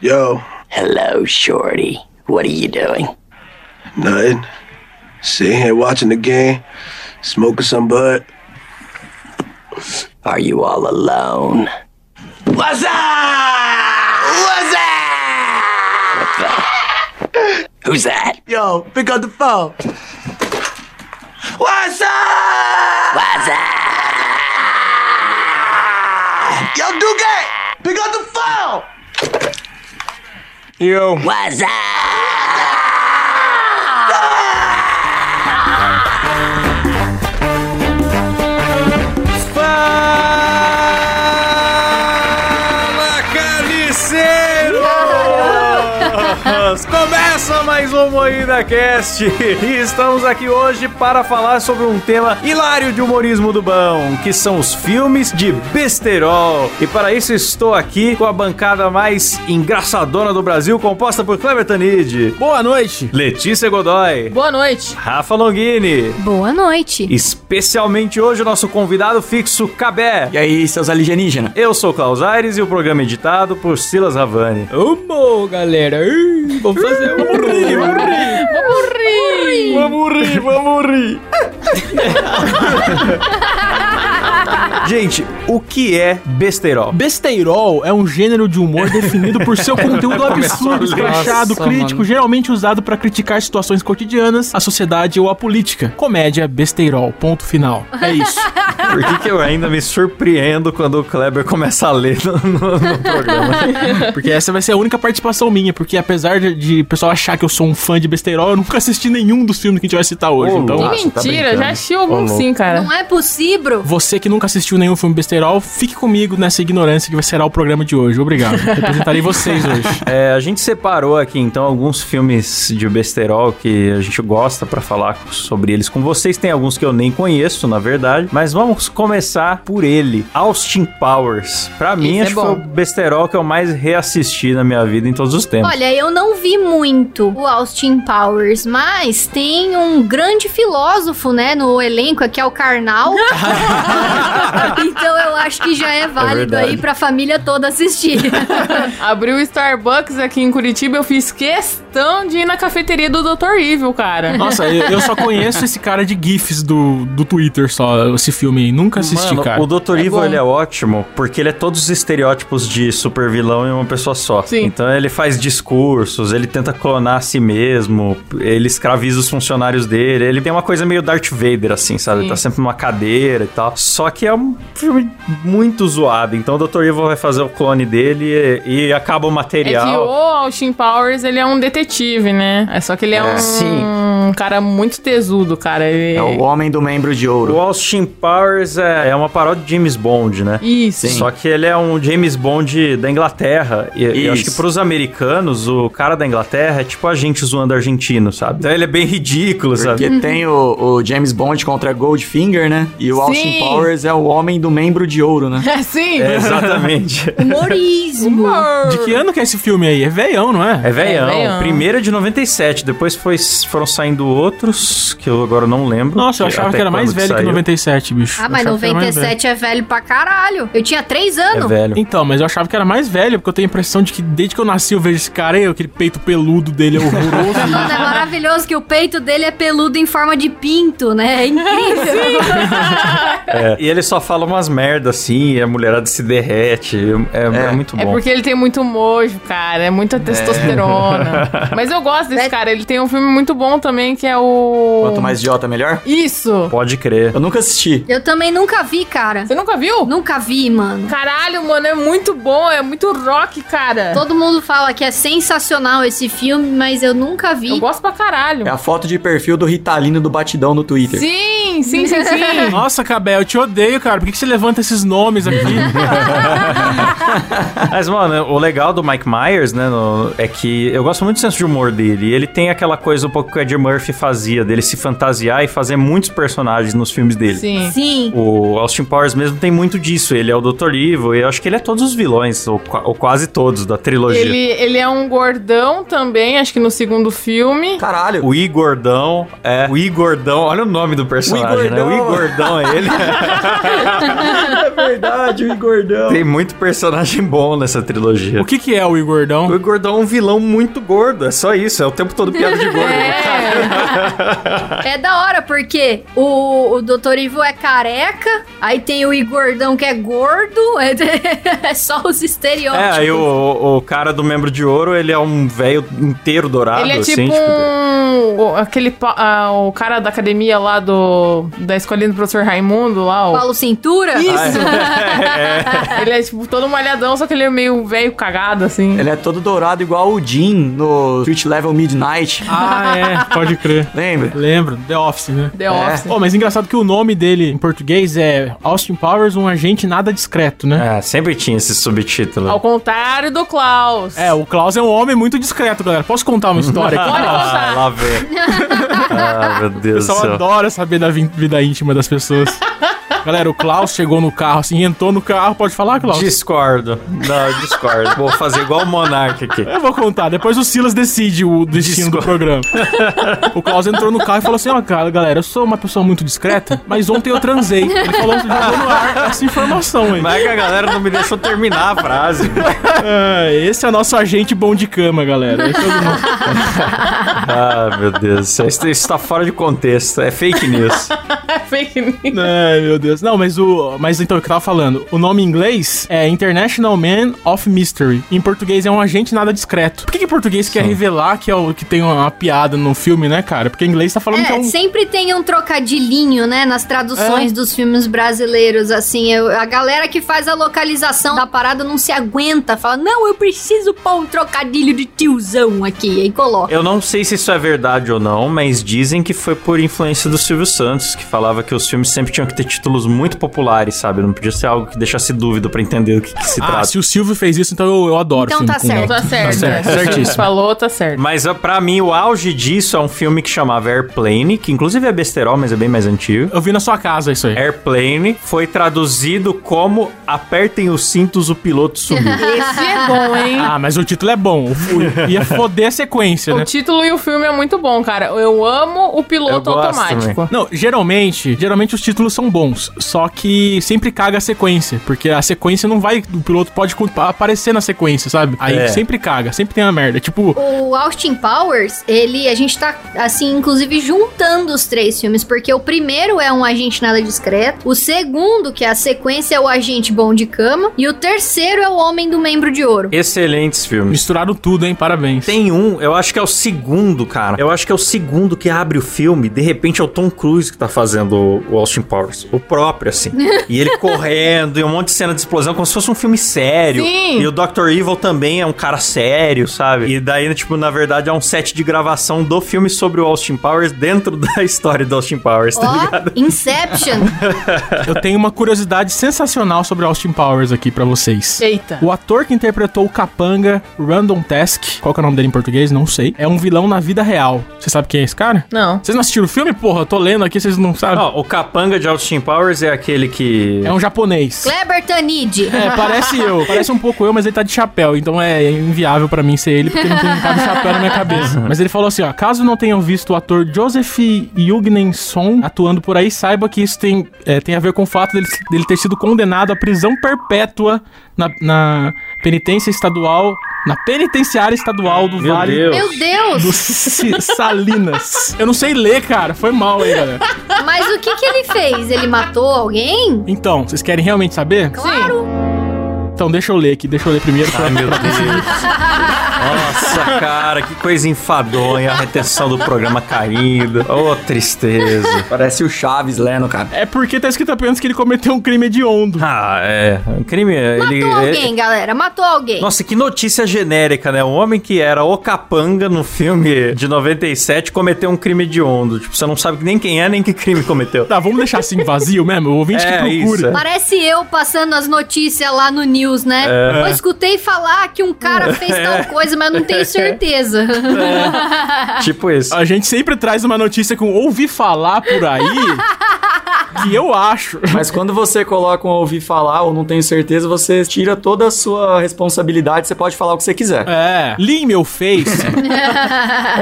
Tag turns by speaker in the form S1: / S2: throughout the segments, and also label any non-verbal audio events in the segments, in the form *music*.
S1: Yo,
S2: Hello, Shorty. What are you doing?
S1: nothing. Sitting here watching the game, smoking some bud.
S2: Are you all alone? What's up? What's up? Who's that?
S1: Yo, pick up the phone. What's up?
S2: What's up?
S1: Yo, Duque, pick up the phone.
S3: Yo,
S2: What's up?
S3: fala carniceiros! Começa mais um Moída Cast e estamos aqui hoje para falar sobre um tema hilário de humorismo do bom, que são os filmes de besterol. E para isso estou aqui com a bancada mais engraçadona do Brasil, composta por Cleber Tanid,
S4: Boa noite.
S3: Letícia Godoy,
S4: Boa noite.
S3: Rafa Longini,
S5: Boa noite.
S3: especialmente hoje o nosso convidado fixo, Cabé.
S4: E aí, seus alienígenas?
S3: Eu sou o Klaus Aires e o programa é editado por Silas Ravani.
S4: Vamos, galera. Ih, Vamos fazer um burri, Vamos rir, vamos rir.
S3: Gente, o que é besteirol?
S4: Besteirol é um gênero de humor definido por seu conteúdo absurdo,
S3: Começou a ler.
S4: escrachado,
S6: Nossa,
S4: crítico,
S6: mano.
S4: geralmente usado pra criticar situações cotidianas, a sociedade ou a política. Comédia besteirol, ponto final. É isso.
S3: Por que, que eu ainda me surpreendo quando o Kleber começa a ler no, no- no programa?
S4: Porque essa vai ser a única participação minha, porque apesar de, de o pessoal achar que eu sou um fã de besteirol, eu nunca assisti nenhum dos filmes que a gente vai citar hoje.
S3: Ô,
S4: então,
S3: louco. Nossa, tá
S6: Mentira,
S3: brincando.
S6: já assistiu algum
S3: louco.
S6: sim, cara.
S5: Não é possível?
S4: Você que nunca assistiu nenhum filme besteirol, fique comigo nessa ignorância que vai será o programa de hoje. Obrigado. Representarei vocês hoje.
S3: É, a gente separou aqui então alguns filmes de besterol que a gente gosta pra falar sobre eles com vocês. Tem alguns que eu nem conheço, na verdade, mas vamos começar por ele, Austin Powers. Pra mim,
S6: Esse é
S3: acho que foi o
S6: bom.
S3: besterol que eu mais reassisti na minha vida em todos os tempos.
S5: Olha, eu não vi muito o Austin Powers, mas tem um grande filósofo, né, no elenco, que é o Karnal. então eu acho que já é válido
S3: verdade.
S5: aí pra família toda assistir.
S6: Abriu o Starbucks aqui em Curitiba, eu fiz questão de ir na cafeteria do Dr. Evil, cara.
S4: Nossa, eu, eu só conheço esse cara de GIFs do, do Twitter só, esse filme aí. Nunca assisti,
S3: Mano,
S4: cara.
S3: o Dr.
S6: É
S3: Evil
S6: bom.
S3: ele é ótimo porque ele é todos os estereótipos de super vilão em uma pessoa só.
S6: Sim.
S3: Então ele faz discursos, ele tenta clonar a si mesmo, ele escraviza os funcionários dele, ele tem uma coisa meio Darth Vader assim, sabe?
S6: Sim.
S3: Tá sempre numa cadeira e tal. Só que é um filme muito zoado. Então o Dr. Evil vai fazer o clone dele e, e acaba o
S6: É que o
S3: material.
S6: Austin Powers, ele é um detetive, né? É só que ele é, um
S3: Sim.
S6: cara muito tesudo, cara. Ele...
S7: É o homem do membro de
S3: O
S7: ouro.
S3: Austin Powers é, é uma paródia de James Bond, né?
S6: Isso.
S3: Só que ele é um James Bond da Inglaterra. E eu acho que
S7: Isso.
S3: pros americanos, o cara da Inglaterra é tipo a gente zoando argentino, sabe? Então ele é bem ridículo, sabe?
S7: Porque *laughs* tem o, o James Bond contra Goldfinger, né? E o
S6: Sim.
S7: Austin Powers é o homem do membro de ouro, né?
S6: *laughs* É sim.
S3: É,
S6: *laughs*
S3: exatamente.
S5: Humorismo.
S4: De que ano que é esse filme aí? É veião, não é?
S3: É veião.
S6: É veião.
S3: Primeiro é de 97, depois foi, foram saindo outros, que eu agora não lembro.
S4: Nossa, eu achava
S3: até
S4: que era mais
S3: quando
S4: velho que
S3: saiu.
S4: 97, bicho.
S5: Ah,
S4: Eu
S5: mas
S4: achava que era mais velho.
S5: 97 é velho pra caralho. Eu tinha 3
S3: É
S6: Ah,
S5: anos.
S3: velho.
S4: Então, mas eu achava que era mais velho, porque eu tenho a impressão de que desde que eu nasci eu vejo esse cara aí, aquele peito peludo dele é
S5: *laughs*
S4: horroroso.
S5: Mano, é maravilhoso que o peito dele é peludo em forma de pinto, né? É incrível.
S3: É. E ele só fala umas merdas assim, e a mulherada se derrete. É, é muito bom.
S6: É porque ele tem muito mojo, cara. É muita testosterona. Mas eu gosto desse
S5: Mas-
S6: cara. Ele tem um filme muito bom também, que é o.
S7: Quanto mais idiota, melhor.
S6: Isso!
S3: Pode crer.
S7: Eu nunca assisti.
S5: Eu também nunca vi, cara.
S6: Você nunca viu?
S5: Nunca vi, mano.
S6: Caralho, mano, é muito bom, é muito rock, cara.
S5: Todo mundo fala que é sensacional esse filme, mas eu nunca vi.
S6: Eu gosto pra caralho.
S7: É a foto de perfil do Ritalino do Batidão no Twitter.
S6: Sim, sim, sim, sim.
S4: Nossa, Cabé, eu te odeio, cara. Por que, que você levanta esses nomes aqui?
S3: *laughs* Mas, mano, o legal do Mike Myers, né, no- é que eu gosto muito do senso de humor dele. E ele tem aquela coisa um pouco que o Eddie Murphy fazia, dele se fantasiar e fazer muitos personagens nos filmes *laughs* dele.
S6: sim.
S5: Sim.
S3: O Austin Powers mesmo tem muito disso. Ele é o Dr. Evil e eu acho que ele é todos os vilões, ou, qua- ou quase todos, da trilogia.
S6: Ele, ele é um gordão também, acho que no segundo filme.
S7: Caralho.
S3: O Igordão é. O Igordão, olha o nome do personagem, né? O
S7: Igordão.
S3: *laughs* Igordão é ele.
S7: É verdade, o engordão.
S3: Tem muito personagem bom nessa trilogia.
S4: O que que é o
S3: O *laughs*
S4: Igordão?
S3: Gordão é um vilão muito gordo, é só isso, é o tempo todo piada
S6: *laughs*
S3: de gordo.
S6: É,
S5: É da hora, porque o, o Dr. Ivo é careca, aí tem o Igordão que é gordo, *laughs* é, é só os
S3: É,
S6: tipo-
S5: estereótipos.
S3: aí o, o cara do membro de ouro, ele é um velho inteiro dourado,
S6: Ele é
S3: assim,
S6: tipo um... o- Aquele... pa- ah, o cara da academia lá do... Da escolinha do professor Raimundo lá. o-
S5: Paulo Cintura?
S6: Isso!
S3: É,
S6: *laughs* ele é tipo todo malhadão, só que ele é meio velho cagado, assim.
S7: Ele é todo dourado igual o Jim no Street Level Midnight.
S4: Ah, é, pode crer.
S7: Lembra?
S4: Lembro, The Office, né?
S6: The Office.
S4: Oh, mas engraçado que o nome dele em português é Austin Powers, um agente nada discreto, né?
S3: é. É, sempre tinha esse subtítulo.
S6: Ao contrário do Klaus. *laughs*
S4: É, o Klaus é um homem muito discreto, galera. Posso contar uma história aqui?
S6: Pode
S4: Nossa,
S3: Ah,
S6: contar.
S3: lá vem.
S6: *laughs*
S3: ah, meu
S4: O
S3: Deus do
S4: pessoal
S3: céu.
S4: adora saber da vin- vida íntima das pessoas. Galera, o Klaus chegou no carro, assim, entrou no carro. Pode falar, Klaus?
S3: Discordo. Não, discordo. Vou fazer igual o Monark aqui.
S4: Eu vou contar, depois o Silas decide o destino do
S3: Discord.
S4: programa. O Klaus entrou no carro e falou assim: Ó, cara, galera, eu sou uma pessoa muito discreta, mas ontem eu transei. Ele falou, jogou no ar essa informação aí.
S3: Mas é que a galera não me deixou terminar a frase.
S4: Ah, esse é nosso agente bom de cama, galera. Esse é o nosso.
S3: Ah, meu Deus do céu. Isso, isso tá fora de contexto. É fake news.
S6: É Fake news.
S4: Ai, meu Deus. Não, mas o. Mas então, o que eu tava falando? O nome em inglês é International Man of Mystery. Em português é um agente nada discreto. Por que, que em português quer revelar que é o que tem uma, uma piada no filme, né, cara? Porque em inglês tá falando que é
S5: É,
S4: um.
S5: sempre tem um trocadilhinho, né, nas traduções
S3: É.
S5: dos filmes brasileiros, assim, eu- a galera que faz a localização da parada não se aguenta, fala, não, eu preciso pôr um trocadilho de tiozão aqui, aí coloca.
S3: Eu não sei se isso é verdade ou não, mas dizem que foi por influência do Silvio Santos, que falava que os filmes sempre tinham que ter títulos muito populares, sabe? Não podia ser algo que deixasse dúvida pra entender do que, que se
S4: Ah,
S3: trata.
S4: se o Silvio fez isso, então eu, eu adoro
S5: Então
S4: filme
S5: tá
S4: com
S5: certo.
S6: Não tá certo.
S4: certo,
S6: né?
S4: certíssimo.
S6: Falou, tá certo.
S3: Mas ah, pra mim, o auge disso é um filme que chamava Airplane, que inclusive é besterol, mas é bem mais antigo.
S4: Eu vi na sua casa isso
S3: É.
S4: aí.
S3: Airplane foi traduzido como Apertem os cintos, o piloto sumiu.
S6: Esse é bom, hein?
S4: Ah, mas o título é bom. O fu- Ia foder a
S5: *laughs*
S4: sequência, né?
S6: O título e o filme é muito bom, cara. Eu amo o
S3: Eu
S6: piloto
S3: gosto
S6: automático.
S4: Não, geralmente, geralmente os títulos são bons, só que sempre caga a sequência, porque a sequência não vai, o piloto pode co- aparecer na sequência, sabe? Aí
S3: É.
S4: sempre caga, sempre tem uma merda. Tipo,
S5: O Austin Powers, ele, a gente tá, assim, inclusive juntando os três filmes, porque o primeiro é um agente nada discreto, o segundo, que é a sequência, é o agente bom de cama, e o terceiro é o homem do membro de ouro.
S3: Excelentes filmes.
S4: misturaram tudo, hein? Parabéns.
S3: Tem um, eu acho que é o segundo, cara. Eu acho que é o segundo que abre o filme. De repente é o Tom Cruise que tá fazendo o- o Austin Powers. O próprio, assim. E ele correndo, e um monte de cena de explosão, como se fosse um filme sério.
S6: Sim.
S3: E o Dr. Evil também é um cara sério, sabe? E daí, tipo, na verdade é um set de gravação do filme sobre o Austin Powers dentro *laughs* da história do Austin Powers, tá ligado? *laughs*
S5: Ó, Inception.
S4: Eu tenho uma curiosidade sensacional sobre Austin Powers aqui pra vocês.
S6: Eita.
S4: O ator que interpretou o capanga Random Task, qual que é o nome dele em português? Não sei. É um vilão na vida real. Você sabe quem é esse cara?
S6: Não.
S4: Vocês não assistiram o filme? Porra, eu tô lendo aqui, vocês não sabem.
S3: Ó, o capanga de Austin Powers é aquele que.
S4: É um japonês.
S5: Kleber Tanid.
S4: É, parece eu. Parece um pouco eu, mas ele tá de chapéu. Então é inviável pra mim ser ele, porque não tem não cabe chapéu na minha cabeça. Mas ele falou assim, ó. Caso não tenham visto o ator Joseph Yugnenson atuando por aí, saiba que isso tem, é, tem a ver com o fato dele, dele ter sido condenado à prisão perpétua na, na penitência estadual... Na penitenciária estadual do
S3: Meu
S4: Vale...
S3: Deus.
S5: Meu Deus!
S4: do Si- Salinas. Eu não sei ler, cara. Foi mal aí, galera.
S5: Mas o que que ele fez? Ele matou alguém?
S4: Então, vocês querem realmente saber?
S5: Claro!
S4: Então, deixa eu ler aqui. Deixa eu ler primeiro. pra-
S3: Ai, meu Deus. Nossa, cara, que coisa enfadonha. A retenção do programa caindo. Ô, tristeza.
S7: Parece o Chaves lendo, cara.
S4: É porque tá escrito apenas que ele cometeu um crime hediondo.
S3: Ah, é. O crime. Ele, é-
S5: Matou
S3: ele-
S5: alguém, galera. Matou alguém.
S3: Nossa, que notícia genérica, né? Um homem que era o capanga no filme de 97 cometeu um crime hediondo. Tipo, você não sabe nem quem é, nem que crime
S5: *laughs*
S3: cometeu.
S4: Tá, vamos deixar assim vazio mesmo? O ouvinte
S3: É,
S4: que procura.
S3: isso,
S5: Parece eu passando as notícias lá no news, né? Eu escutei falar que um cara fez tal coisa, mas eu não tenho certeza.
S3: Tipo isso.
S4: A gente sempre traz uma notícia com ouvi falar por aí. que eu acho.
S7: Mas quando você coloca um ouvir falar ou não tenho certeza, você tira toda a sua responsabilidade, você pode falar o que você quiser.
S4: É. Lean meu face.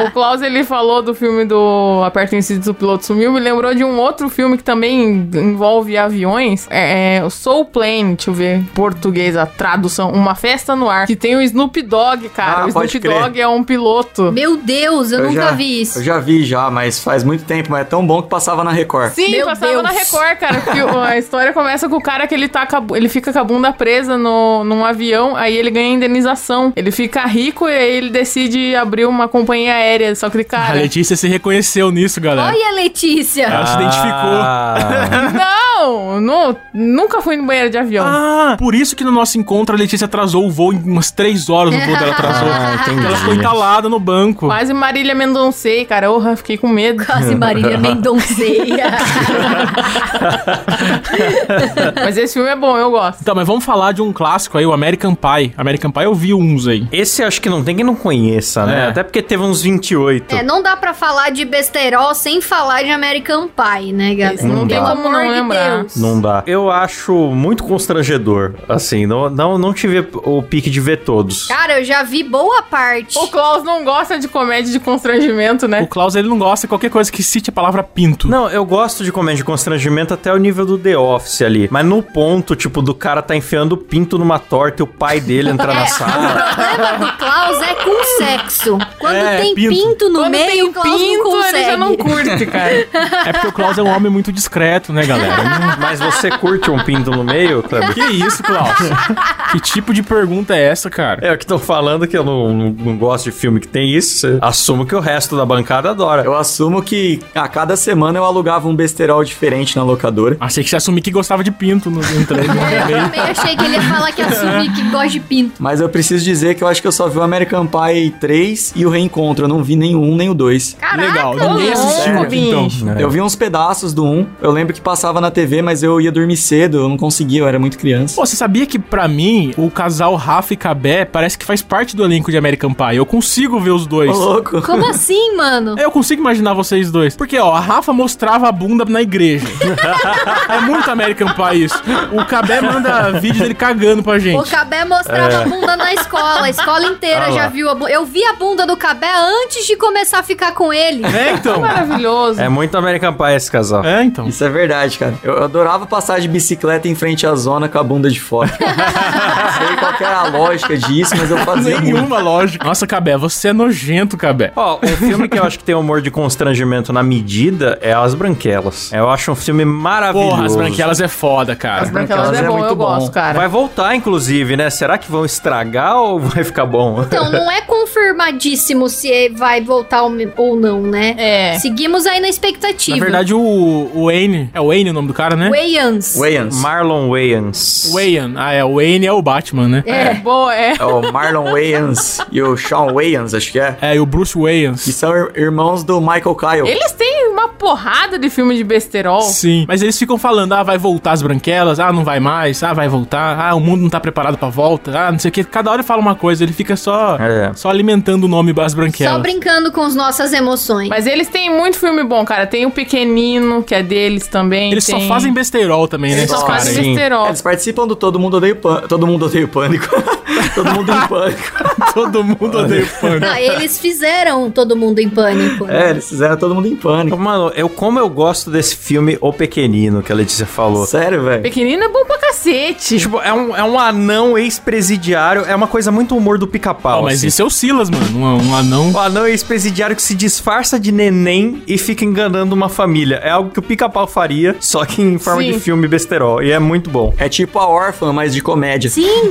S6: O Klaus, ele falou do filme do Aperta o Incídio do Piloto Sumiu, me lembrou de um outro filme que também envolve aviões, é, é o Soul Plane, deixa eu ver, em português, a tradução, Uma Festa no Ar, que tem o Snoop Dogg, cara,
S7: Ah,
S6: o Snoop
S7: pode crer.
S6: Dogg é um piloto.
S5: Meu Deus, eu, nunca
S7: já,
S5: vi isso.
S7: Eu já vi já, mas faz muito tempo, mas é tão bom que passava na Record.
S6: Sim,
S5: Meu
S6: passava
S5: Deus.
S6: na Record, cara. porque o- a história começa com o cara que ele, tá com a bu- ele fica com a bunda presa no, num avião, aí ele ganha indenização. Ele fica rico e aí ele decide abrir uma companhia aérea. Só que, ele,
S4: A
S6: cara,
S4: Letícia se reconheceu nisso, galera.
S5: Olha, Letícia.
S4: Ela se
S3: Ah.
S4: identificou.
S3: *laughs* identificou.
S6: não, nu- nunca fui no banheiro de avião.
S4: Ah, por isso que no nosso encontro a Letícia atrasou o voo em umas três horas. O voo dela atrasou.
S3: Ah,
S5: *laughs*
S3: entendi.
S4: Ela ficou entalada no banco.
S6: Quase Marília Mendonça, cara. Orra, fiquei com medo.
S5: Quase Marília Mendonceia.
S6: *laughs* Mas esse filme é bom, eu gosto.
S4: Tá, mas vamos falar de um clássico aí, o American Pie. American Pie eu vi uns aí.
S3: Esse acho que não tem quem não conheça, né?
S4: É.
S3: Até porque teve uns 28.
S5: é, não dá pra falar de besterol sem falar de American Pie, né, galera?
S3: Não dá.
S5: Pelo
S6: Como não
S5: amor de
S6: lembrar?
S5: Deus.
S3: Não dá. Eu acho muito constrangedor. Assim, não, não, não tive o pique de ver todos.
S5: Cara, eu já vi boa parte.
S6: O Klaus não gosta de comédia de constrangimento,
S4: O
S6: né?
S4: Klaus, ele não gosta de qualquer coisa que cite a palavra pinto.
S3: Não, eu gosto de comédia de constrangimento até o nível do The Office ali. Mas no ponto, tipo, do cara tá enfiando o pinto numa torta e o pai dele entrar na
S5: O
S3: sala.
S5: *laughs* problema do Klaus é com sexo. Quando
S4: É,
S5: tem
S4: pinto.
S5: pinto, no
S6: Quando
S5: meio,
S6: tem
S5: o Klaus não
S6: pinto,
S5: consegue.
S6: ele já não curte, cara.
S4: É porque o Klaus é um homem muito discreto, né, galera?
S3: Mas você curte um pinto no meio, Kleber?
S4: que isso, Klaus? que tipo de pergunta é essa, cara?
S3: É o que estão falando que eu não, não- não gosto de filme que tem isso. Você Assumo que o resto da bancada adora.
S7: Eu assumo que a cada semana eu alugava um besterol diferente na locadora.
S4: Achei que você assumir que gostava de pinto no entrei no
S5: É, Eu
S4: meio.
S5: também achei que ele ia falar que assumir que gosta de pinto.
S7: Mas eu preciso dizer que eu acho que eu só vi o American Pie 3 e o Reencontro. Eu não vi nem o 1 nem o 2.
S5: Caraca,
S4: Legal, ninguém assistiu aqui, então.
S7: Eu vi uns pedaços do 1. Eu lembro que passava na TV, mas eu ia dormir cedo. Eu não conseguia, eu era muito criança.
S4: Pô, você sabia que pra mim o casal Rafa e Cabé parece que faz parte do elenco de American Pie? Eu consigo ver os
S7: Ô,
S4: dois.
S7: louco.
S5: Como assim, mano?
S4: Eu consigo imaginar vocês dois. Porque, ó, a Rafa mostrava a bunda na igreja. é muito American Pie isso. O Cabé manda vídeo dele cagando pra
S5: O
S4: gente. é.
S5: Cabé mostrava a bunda na escola, a escola inteira
S3: Ah lá.
S5: já viu a bunda. Eu vi a bunda do Cabé antes de começar a ficar com ele.
S4: É, então.
S6: Maravilhoso.
S3: É muito American Pie esse casal.
S4: É, então.
S7: Isso é verdade, cara. Eu eu adorava passar de bicicleta em frente à zona com a bunda
S5: *laughs*
S7: de fora. não sei qual que era a lógica disso, mas eu fazia muito.
S4: Nenhuma lógica. Nossa, Cabé, você é nojento, Cabé.
S3: Ó, um filme que eu acho que tem humor de constrangimento na medida é As Branquelas. Eu acho um filme maravilhoso.
S4: Porra, as branquelas é foda, cara.
S6: As branquelas é,
S7: é
S6: bom,
S7: muito
S6: eu
S7: bom.
S6: gosto, cara.
S3: Vai voltar, inclusive, né? Será que vão estragar ou *laughs* vai ficar bom?
S5: Então, não é confirmadíssimo se vai voltar ou me- ou não, né?
S6: É.
S5: Seguimos aí na
S4: Na
S5: expectativa.
S4: verdade, o, o Wayne. É o Wayne o nome do cara, né?
S5: Wayans.
S7: Wayans.
S3: Marlon Wayans.
S4: Wayne. Ah, é. O Wayne é o Batman, né?
S6: É. Boa, é.
S7: É o Marlon Wayans e o Sean Wayans, acho que é.
S4: É, e o Bruce
S7: Que
S4: Wayans.
S7: são ir- irmãos do Michael Kyle.
S6: Eles têm uma porrada de filme de besterol.
S4: Sim. Mas eles ficam falando, ah, vai voltar as branquelas, ah, não vai mais, ah, vai voltar, ah, o mundo não tá preparado pra volta, ah, não sei o que. Cada hora fala uma coisa, ele fica só,
S3: É.
S4: só alimentando o nome das branquelas.
S5: Só brincando com as nossas emoções.
S6: Mas eles têm muito filme bom, cara. Tem o Pequenino, que é deles também.
S4: Eles só
S6: tem-
S4: fazem besteirol também, né? *laughs*
S6: Eles
S4: Esses
S6: só
S4: caras
S6: fazem
S4: aí.
S3: Sim.
S6: besterol.
S7: Eles participam do Todo Mundo Odeia o Pânico. Todo Mundo Odeia o Pânico. *laughs* Todo Mundo em Pânico.
S4: Todo mundo odeia o pano.
S5: Não, Ah, eles fizeram todo mundo em pânico.
S7: *laughs* É, eles fizeram Todo Mundo em Pânico.
S3: Mano, eu como eu gosto desse filme O Pequenino que a Letícia falou.
S7: Sério, velho.
S6: Pequenino é bom pra cacete.
S3: Tipo, é um, é um anão ex-presidiário, é uma coisa muito humor do pica-pau.
S4: Ah, mas
S3: assim.
S4: isso é o Silas, mano. Um, um anão.
S3: Um anão ex-presidiário que se disfarça de neném e fica enganando uma família. É algo que o pica-pau faria, só que em forma
S6: Sim.
S3: de filme besterol. E é muito
S6: *laughs*
S3: bom.
S7: É tipo a órfã, mas de comédia.
S5: Sim,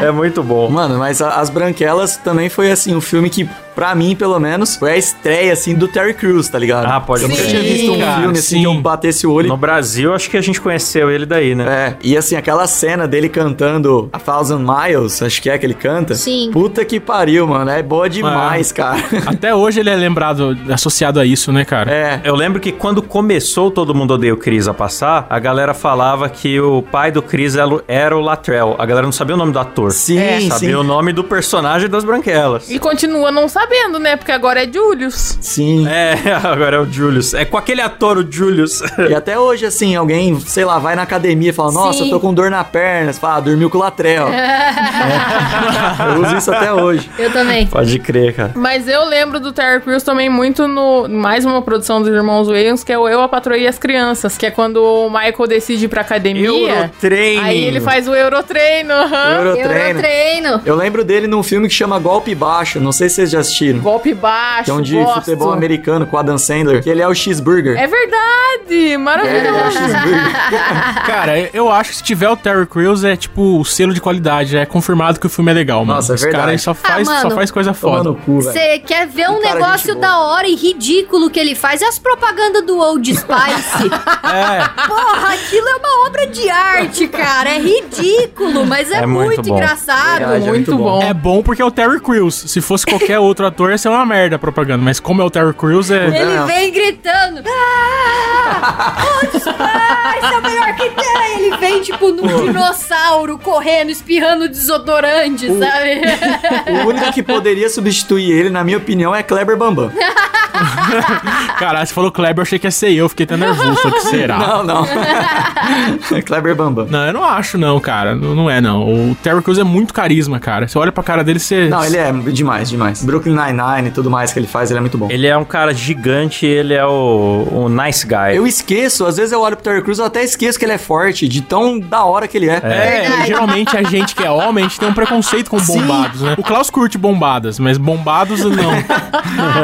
S3: É muito bom.
S7: Mano, mas a- As Branquelas também foi, assim, um filme que, pra mim, pelo menos, foi a estreia, assim, do Terry Crews, tá ligado?
S3: Ah, pode
S7: Eu nunca
S6: Sim,
S7: tinha visto um
S4: cara,
S7: filme, assim,
S4: sim.
S7: que eu batesse o olho.
S3: No Brasil, acho que a gente conheceu ele daí, né?
S7: É, e assim, aquela cena dele cantando A Thousand Miles, acho que é que ele canta.
S5: Sim.
S7: Puta que pariu, mano. É boa demais, cara. *laughs*
S4: Até hoje ele é lembrado, associado a isso, né, cara?
S7: É.
S3: Eu lembro que quando começou Todo Mundo Odeia o Chris a passar, a galera falava que o pai do Chris era o- era o Latrell. A galera não sabia o nome do ator. É.
S7: Sim,
S3: sabia
S7: sim.
S3: o nome do personagem das branquelas.
S6: E continua não sabendo, né? Porque agora é Julius.
S7: Sim.
S3: É, *laughs* agora é o Julius. É com aquele ator, o Julius.
S7: E até hoje, assim, alguém, sei lá, vai na academia e fala, nossa,
S5: Sim.
S7: eu tô com dor na perna. Você fala, ah, dormiu com o Latrell. eu uso isso até hoje.
S5: Eu também.
S3: Pode crer, cara.
S6: Mas eu lembro do Terry Crews também muito no. Mais uma produção dos Irmãos Williams, que é o Eu, a Patroa e as Crianças, que é quando o Michael decide ir pra academia.
S3: Eurotraining.
S6: Aí ele faz o Eurotreino, aham.
S7: Eurotreino.
S5: Eurotreino.
S7: Eu lembro dele num filme que chama Golpe Baixo. Não sei se vocês já assistiram.
S6: Golpe baixo.
S7: Que é um de
S6: gosto.
S7: futebol americano com o Adam Sandler. Que ele é o cheeseburger.
S6: É verdade!
S7: ele é o
S6: Maravilhoso!
S7: cheeseburger.
S4: Cara, eu acho que se tiver o Terry Crews é tipo o selo de qualidade. É confirmado que o filme é legal, mano.
S7: Nossa, é
S4: Os
S7: verdade.
S4: caras só faz,
S5: mano.
S4: só faz coisa
S7: Toma
S4: foda.
S7: no cu, velho.
S5: Você quer ver um
S7: cara, gente
S5: negócio
S7: boa.
S5: da hora e ridículo que ele faz? É as propagandas do Old
S7: *laughs*
S5: Spice. Porra, aquilo é uma obra de arte, cara. É ridículo, mas é,
S3: É muito
S5: muito,
S3: bom.
S5: engraçado.
S7: Verdade, é
S6: Muito bom.
S4: É bom porque é o Terry Crews. Se fosse qualquer outro ator, ia ser uma merda a propaganda. Mas como é o Terry Crews, é.
S5: Ele
S7: É.
S5: vem gritando. Ah! Old Spice é o melhor que tem! Ele vem, tipo, num dinossauro correndo, espirrando desodorante,
S7: Uh.
S5: sabe?
S7: O único que poderia substituir ele, na minha opinião, é Kleber Bambam.
S4: Caralho, você falou Kleber, eu achei que ia ser eu. Fiquei até nervoso. Falei, que será?
S7: *laughs* Não, não. Ah. *laughs* Kleber Bambam.
S4: Não, eu não acho, não, cara. Não, não é, não. O Terry Crews é muito carisma, cara. Você olha pra cara dele, você.
S7: Não, ele é demais, demais. Brooklyn Nine-Nine e tudo mais que ele faz, ele é muito bom.
S3: Ele é um cara gigante, ele é o, o nice guy.
S4: é.
S7: Eu esqueço, às vezes eu olho pro Terry Crews, eu até esqueço que ele é forte, de tão da hora que ele é.
S4: É,
S5: Verdade.
S4: geralmente a gente que é homem, a gente tem um preconceito com bombados, né? O Klaus curte bombadas, mas bombados
S7: *laughs*
S4: não.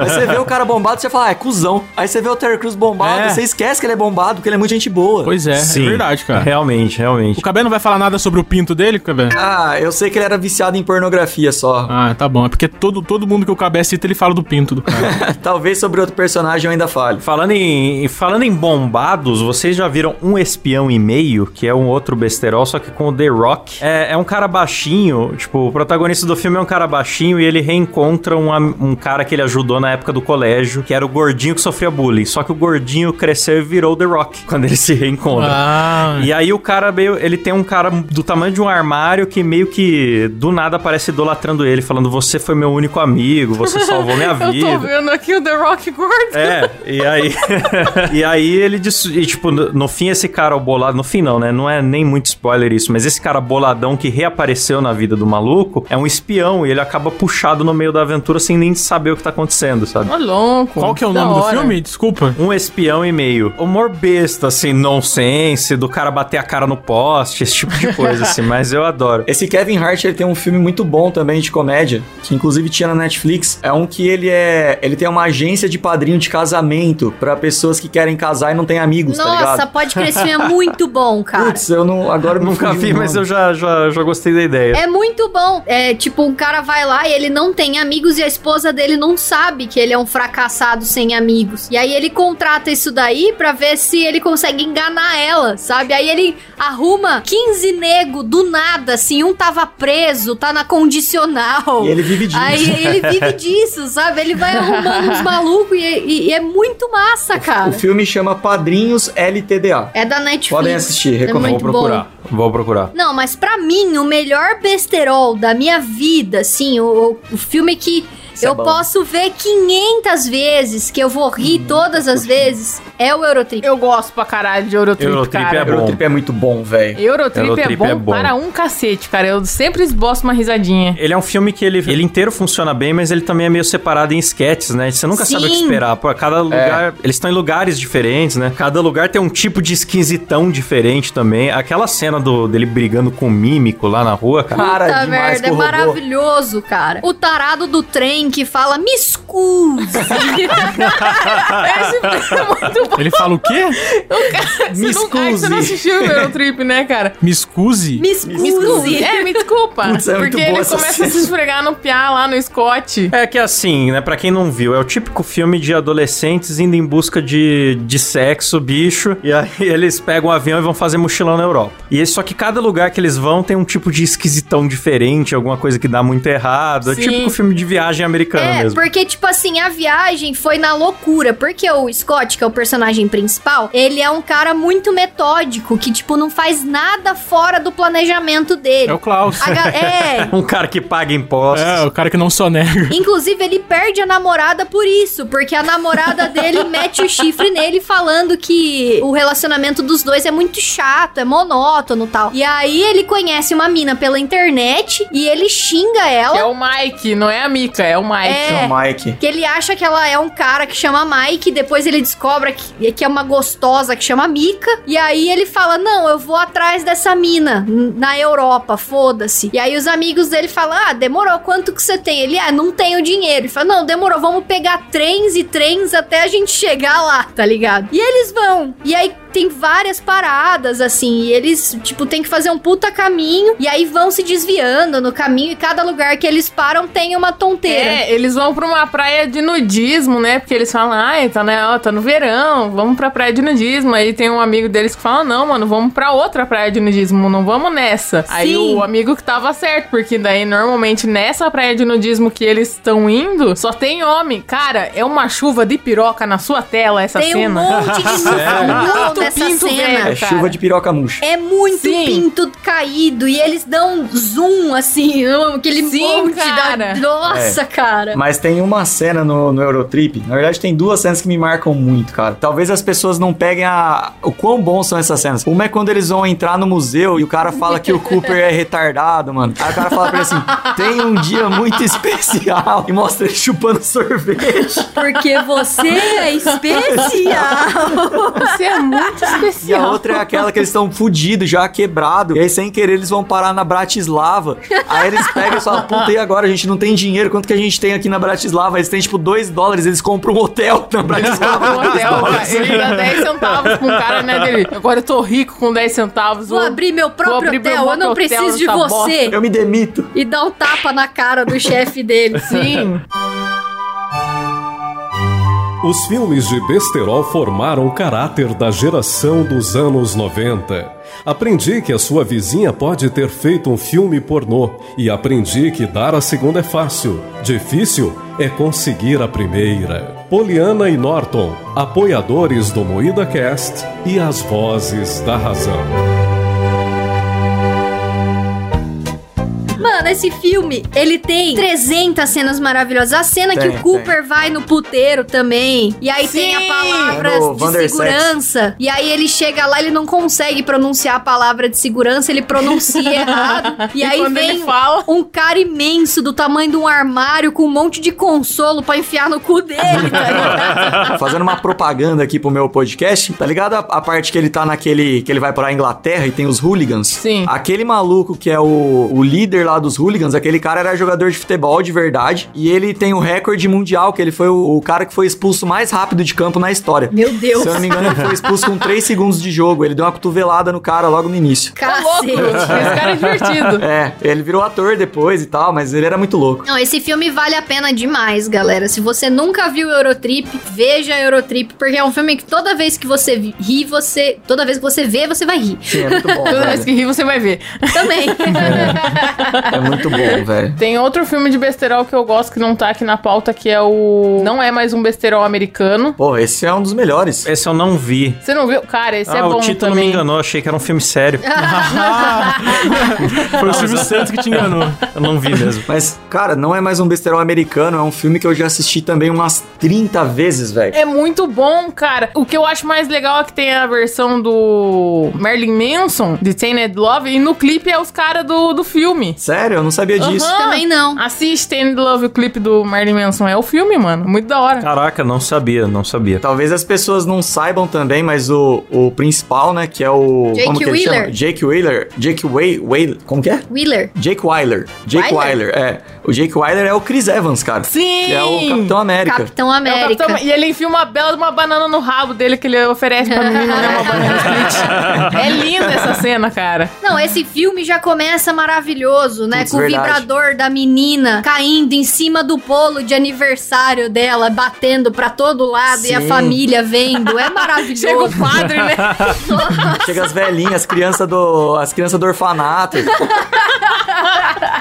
S7: Aí você vê o cara bombado, você fala, ah, é cuzão. Aí você vê o Terry Crews bombado,
S4: É.
S7: você esquece que ele é bombado, porque ele é muito gente boa.
S4: Pois
S3: né?
S4: é, é verdade, cara.
S3: Realmente, realmente.
S4: O Cabé não vai falar nada sobre o pinto dele, Cabé?
S7: Ah, eu sei que ele era viciado em pornografia só.
S4: Ah, tá bom. É porque todo, todo mundo que o Cabé cita, ele fala do pinto do *laughs* cara.
S7: *laughs* Talvez sobre outro personagem eu ainda fale.
S3: Falando em, falando em bombados, vocês já viram Um Espião e Meio, que é um outro besterol, só que com o The Rock. É, é um cara baixinho, tipo, o protagonista do filme é um cara baixinho e ele reencontra um, am- um cara que ele ajudou na época do colégio, que era o gordinho que sofria bullying. Só que o gordinho cresceu e virou o The Rock *laughs* quando eles se reencontram.
S4: ah,
S3: E aí o cara meio. Ele tem um cara do tamanho de um armário que meio que do nada aparece idolatrando ele, falando: Você foi meu único amigo, você salvou minha
S6: *laughs* Eu tô
S3: vida.
S6: vendo aqui o The Rock gordo.
S3: É, e aí. *laughs* e aí ele diz. E, tipo, no, no fim, esse cara o bolado. No fim, não, né? Não é nem muito spoiler isso, mas esse cara boladão que reapareceu na vida do maluco é um espião e ele acaba puxado no meio da aventura sem nem saber o que tá acontecendo, sabe?
S6: Ó, louco.
S4: qual que é o
S6: Da
S4: nome do
S6: hora.
S4: filme? Desculpa.
S3: Um espião e meio. Humor besta, assim, nonsense, do cara bater a cara no poste, esse tipo de coisa, assim, mas eu adoro.
S7: Esse Kevin Hart, ele tem um filme muito bom também de comédia, que inclusive tinha na Netflix. É um que ele é, ele tem uma agência de padrinho de casamento pra pessoas que querem casar e não têm amigos, tá
S5: Nossa,
S7: ligado?
S5: pode crescer, é muito
S7: *laughs*
S5: bom, cara.
S7: Putz, eu não, um agora eu me
S3: Nunca
S7: fugiu
S3: vi,
S7: o
S3: mas eu
S7: nome.
S3: já, já, já gostei da ideia.
S5: É muito bom. É tipo, um cara vai lá e ele não tem amigos e a esposa dele não sabe que ele é um fracassado sem amigos. E aí ele contrata isso daí pra ver se ele consegue enganar ela, sabe? Aí ele arruma 15 nego do nada, assim, um tava preso, tá na condicional.
S7: E ele vive disso.
S5: Aí ele
S7: *laughs*
S5: vive disso, sabe? Ele vai arrumando uns malucos e, e- e é muito
S7: *laughs*
S5: massa,
S7: O
S5: cara.
S7: filme chama Padrinhos LTDA.
S5: É da Netflix.
S7: Podem assistir,
S5: É
S7: recomendo.
S3: Vou
S5: muito
S3: procurar,
S5: bom.
S3: vou procurar.
S5: Não, mas pra mim, o melhor besterol da minha vida, assim, o, o filme que
S7: Isso é
S5: eu
S7: bom.
S5: posso ver 500 vezes, que eu vou rir
S7: Hum,
S5: todas as vezes, é o Eurotrip.
S6: Eu gosto pra caralho de Eurotrip,
S3: Eurotrip
S6: cara.
S3: é bom.
S7: Eurotrip é muito bom, velho.
S6: Eurotrip, é,
S3: Eurotrip
S6: bom
S3: é bom.
S6: para um cacete, cara. Eu sempre esboço
S3: *laughs*
S6: uma risadinha.
S3: Ele é um filme que ele, ele inteiro funciona bem, mas ele também é meio separado em esquetes, né? Você nunca sabe o que
S5: Sim.
S3: esperar. Pô, cada lugar. Eles estão em lugares diferentes, né? Cada lugar tem um tipo de esquisitão diferente também. Aquela cena do, dele brigando com o mímico lá na rua, cara.
S7: Cara,
S5: Puta
S7: demais
S5: merda, é
S7: com o robô.
S5: maravilhoso, cara. O tarado do trem que fala, me escuse.
S7: *laughs*
S6: Esse filme é muito bom.
S4: Ele fala o quê?
S6: *laughs* Você
S7: Me
S6: não, ai, você
S7: excuse.
S6: não assistiu o Eurotrip, né, cara?
S4: Me excuse?
S5: me
S6: Me excuse.
S5: escuse.
S6: É, me desculpa.
S7: Putz, é muito
S6: porque
S7: boa
S6: ele
S7: essa
S6: começa
S7: cena.
S6: a se esfregar no piá lá no Scott.
S3: É que assim, né, pra quem não viu, é o típico filme de adolescentes indo em busca de, de sexo, bicho, e aí *laughs* eles pegam um avião e vão fazer mochilão na Europa. E é só que cada lugar que eles vão tem um tipo de esquisitão diferente, alguma coisa que dá muito errado. É
S6: Sim.
S3: o típico filme de viagem americana
S5: É,
S3: mesmo.
S5: porque, tipo assim, a viagem foi na loucura. Porque o Scott, que é o personagem principal, ele é um cara muito metódico, que, tipo, não faz nada fora do planejamento dele.
S4: É o Klaus.
S5: A
S7: *laughs*
S5: ga- é.
S3: Um cara que paga impostos.
S4: É, o cara que não sonega.
S5: *laughs* Inclusive, ele perde a namorada por isso, porque a namorada dele mete o chifre nele falando que o relacionamento dos dois é muito chato, é monótono e tal. E aí ele conhece uma mina pela internet e ele xinga ela.
S6: Que é o Mike, não é a Mika, é o Mike.
S5: É.
S7: O Mike.
S5: Que ele acha que ela é um cara que chama Mike, depois ele descobre que, que é uma gostosa que chama Mika. E aí ele fala: Não, eu vou atrás dessa mina n- na Europa, foda-se. E aí os amigos dele falam: Ah, demorou, quanto que você tem? Ele, ah, não tenho dinheiro. Ele fala: Não, demorou, vamos pegar trens e trens até a gente chegar lá, tá ligado? E eles vão. E aí tem várias paradas, assim, e eles, tipo, tem que fazer um puta caminho, e aí vão se desviando no caminho, e cada lugar que eles param tem uma tonteira.
S6: É, eles vão pra uma praia de nudismo, né? Porque eles falam, ai, tá, né, ó, tá no verão, vamos pra praia de nudismo. Aí tem um amigo deles que fala, não, mano, vamos pra outra praia de nudismo, não vamos nessa. Aí
S5: Sim.
S6: o amigo que tava certo, porque daí normalmente nessa praia de nudismo que eles estão indo, só tem homem. Cara, é uma chuva de piroca na sua tela essa
S5: Tem
S6: cena.
S5: um
S6: *laughs*
S5: monte de nudão
S6: Muito
S5: nessa
S6: pinto
S5: cena.
S6: velho.
S7: É
S6: cara.
S7: chuva de piroca murcha.
S5: É muito
S6: Sim.
S5: pinto caído e eles dão um zoom, assim, *laughs* não, aquele
S6: Sim,
S5: monte
S6: cara.
S5: da...
S6: É.
S5: Nossa, cara.
S7: Mas tem uma cena no, no Eurotrip. Na verdade, tem duas cenas que me marcam muito, cara. Talvez as pessoas não peguem a... o quão bons são essas cenas. Uma é quando eles vão entrar no museu e o cara fala que o Cooper é retardado, mano. Aí o cara fala pra ele assim: tem um dia muito especial. E mostra ele chupando sorvete.
S5: Porque você
S6: *laughs*
S5: é especial.
S6: Isso é muito
S7: *laughs* E a
S6: especial.
S7: outra é aquela que eles estão fudidos, já quebrado. E aí, sem querer, eles vão parar na Bratislava. Aí eles pegam e falam: puta, e agora? A gente não tem dinheiro. Quanto que a gente tem aqui na Bratislava? Eles têm tipo 2 dólares. Eles compram um hotel na
S3: Ah,
S6: *laughs*
S7: Bratislava.
S6: No hotel,
S3: tá,
S6: cara, ele dá 10 centavos com o cara, né, dele. Agora eu tô rico com 10 centavos.
S5: Vou abrir meu próprio
S6: abrir meu
S5: hotel, eu não
S6: hotel
S5: preciso de
S6: nessa
S5: você.
S7: Eu me demito.
S5: E dá um tapa na cara do chefe dele. assim.
S6: Sim. *laughs*
S8: Os filmes de besterol formaram o caráter da geração dos anos 90. Aprendi que a sua vizinha pode ter feito um filme pornô e aprendi que dar a segunda é fácil. Difícil é conseguir a primeira. Poliana e Norton, apoiadores do Moída Cast e as vozes da razão.
S5: Mano, esse filme, ele tem 300 cenas maravilhosas. A cena
S7: Tem,
S5: que o Cooper vai no puteiro também. E aí tem a
S6: Sim!
S5: palavra
S7: É no
S5: de
S7: Wandersex.
S5: segurança. E aí ele chega lá, ele não consegue pronunciar a palavra de segurança, ele pronuncia
S6: *laughs*
S5: errado. E,
S6: E
S5: aí
S6: quando
S5: vem
S6: ele fala-
S5: um cara imenso do tamanho de um armário com um monte de consolo pra enfiar no cu
S7: *laughs*
S5: dele. tá ligado?
S7: Fazendo uma propaganda aqui pro meu podcast, tá ligado? A, a parte que ele tá naquele. que ele vai pra Inglaterra e tem os hooligans.
S6: Sim.
S7: Aquele maluco que é o, o líder lá dos hooligans, aquele cara era jogador de futebol de verdade. E ele tem o recorde mundial, que ele foi o, o cara que foi expulso mais rápido de campo na história.
S5: Meu Deus.
S7: Se eu não me engano, ele foi expulso com 3 segundos de jogo. Ele deu uma cotovelada no cara logo no início.
S6: Ô, louco,
S5: Cacete.
S6: esse cara é divertido.
S7: É, ele virou ator depois e tal, mas ele era muito louco.
S5: Não, esse filme vale a pena demais, galera. Se você nunca viu Eurotrip, veja Eurotrip, porque é um filme que toda vez que você vi- ri, você. Toda vez que você vê, você vai rir.
S7: Sim, é muito bom.
S6: Toda vez
S7: velho.
S6: que ri, você vai ver.
S5: Também.
S7: *laughs* É muito bom, velho.
S6: Tem outro filme de besterol que eu gosto que não tá aqui na pauta, que é o. Não é mais um besterol americano.
S7: Pô, esse é um dos melhores.
S3: Esse eu não vi.
S6: Você não viu? Cara, esse
S3: ah,
S6: é bom
S3: o título
S6: também.
S3: me enganou, achei que era um filme
S6: *laughs*
S3: sério.
S4: Foi o Silvio Santos que te enganou.
S3: Eu não vi mesmo.
S7: Mas, cara, não é mais um besterol americano, é um filme que eu já assisti também umas 30 vezes, velho.
S6: É muito bom, cara. O que eu acho mais legal é que tem a versão do Merlin Manson, de Tainted Love, e no clipe é os caras do, do filme.
S7: Sério, eu não sabia disso.
S6: Aham.
S5: *laughs* Também não.
S6: Assiste Tainted Love, o clipe do Merlin Manson. É o filme, mano. Muito da hora.
S3: Caraca, não sabia, não sabia.
S7: Talvez as pessoas não saibam também, mas o, o principal, né, que é o...
S5: Jake
S7: como que ele
S5: Wheeler.
S7: chama? Jake Wheeler. Jake Way... Way... Como que é?
S5: Wheeler.
S7: Jake Wyler. Jake Wyler,
S5: Wyler?
S7: é. O Jake Wyler é o Chris Evans, cara.
S6: Sim!
S7: Que é o Capitão América.
S5: Capitão
S6: É o
S5: América.
S6: Capitão- e ele enfia uma bela de uma banana no rabo dele que ele oferece pra menina, né? Uma banana split. É linda essa cena, cara.
S5: Não, esse filme já começa maravilhoso, né?
S7: Putz,
S5: Com o
S7: verdade.
S5: vibrador da menina caindo em cima do bolo de aniversário dela, batendo pra todo lado e a
S7: Sim.
S5: família vendo. É
S6: Chega o
S5: maravilhoso.
S6: padre, né?
S5: *laughs*
S7: Chega as velhinhas, as crianças do, as crianças do orfanato.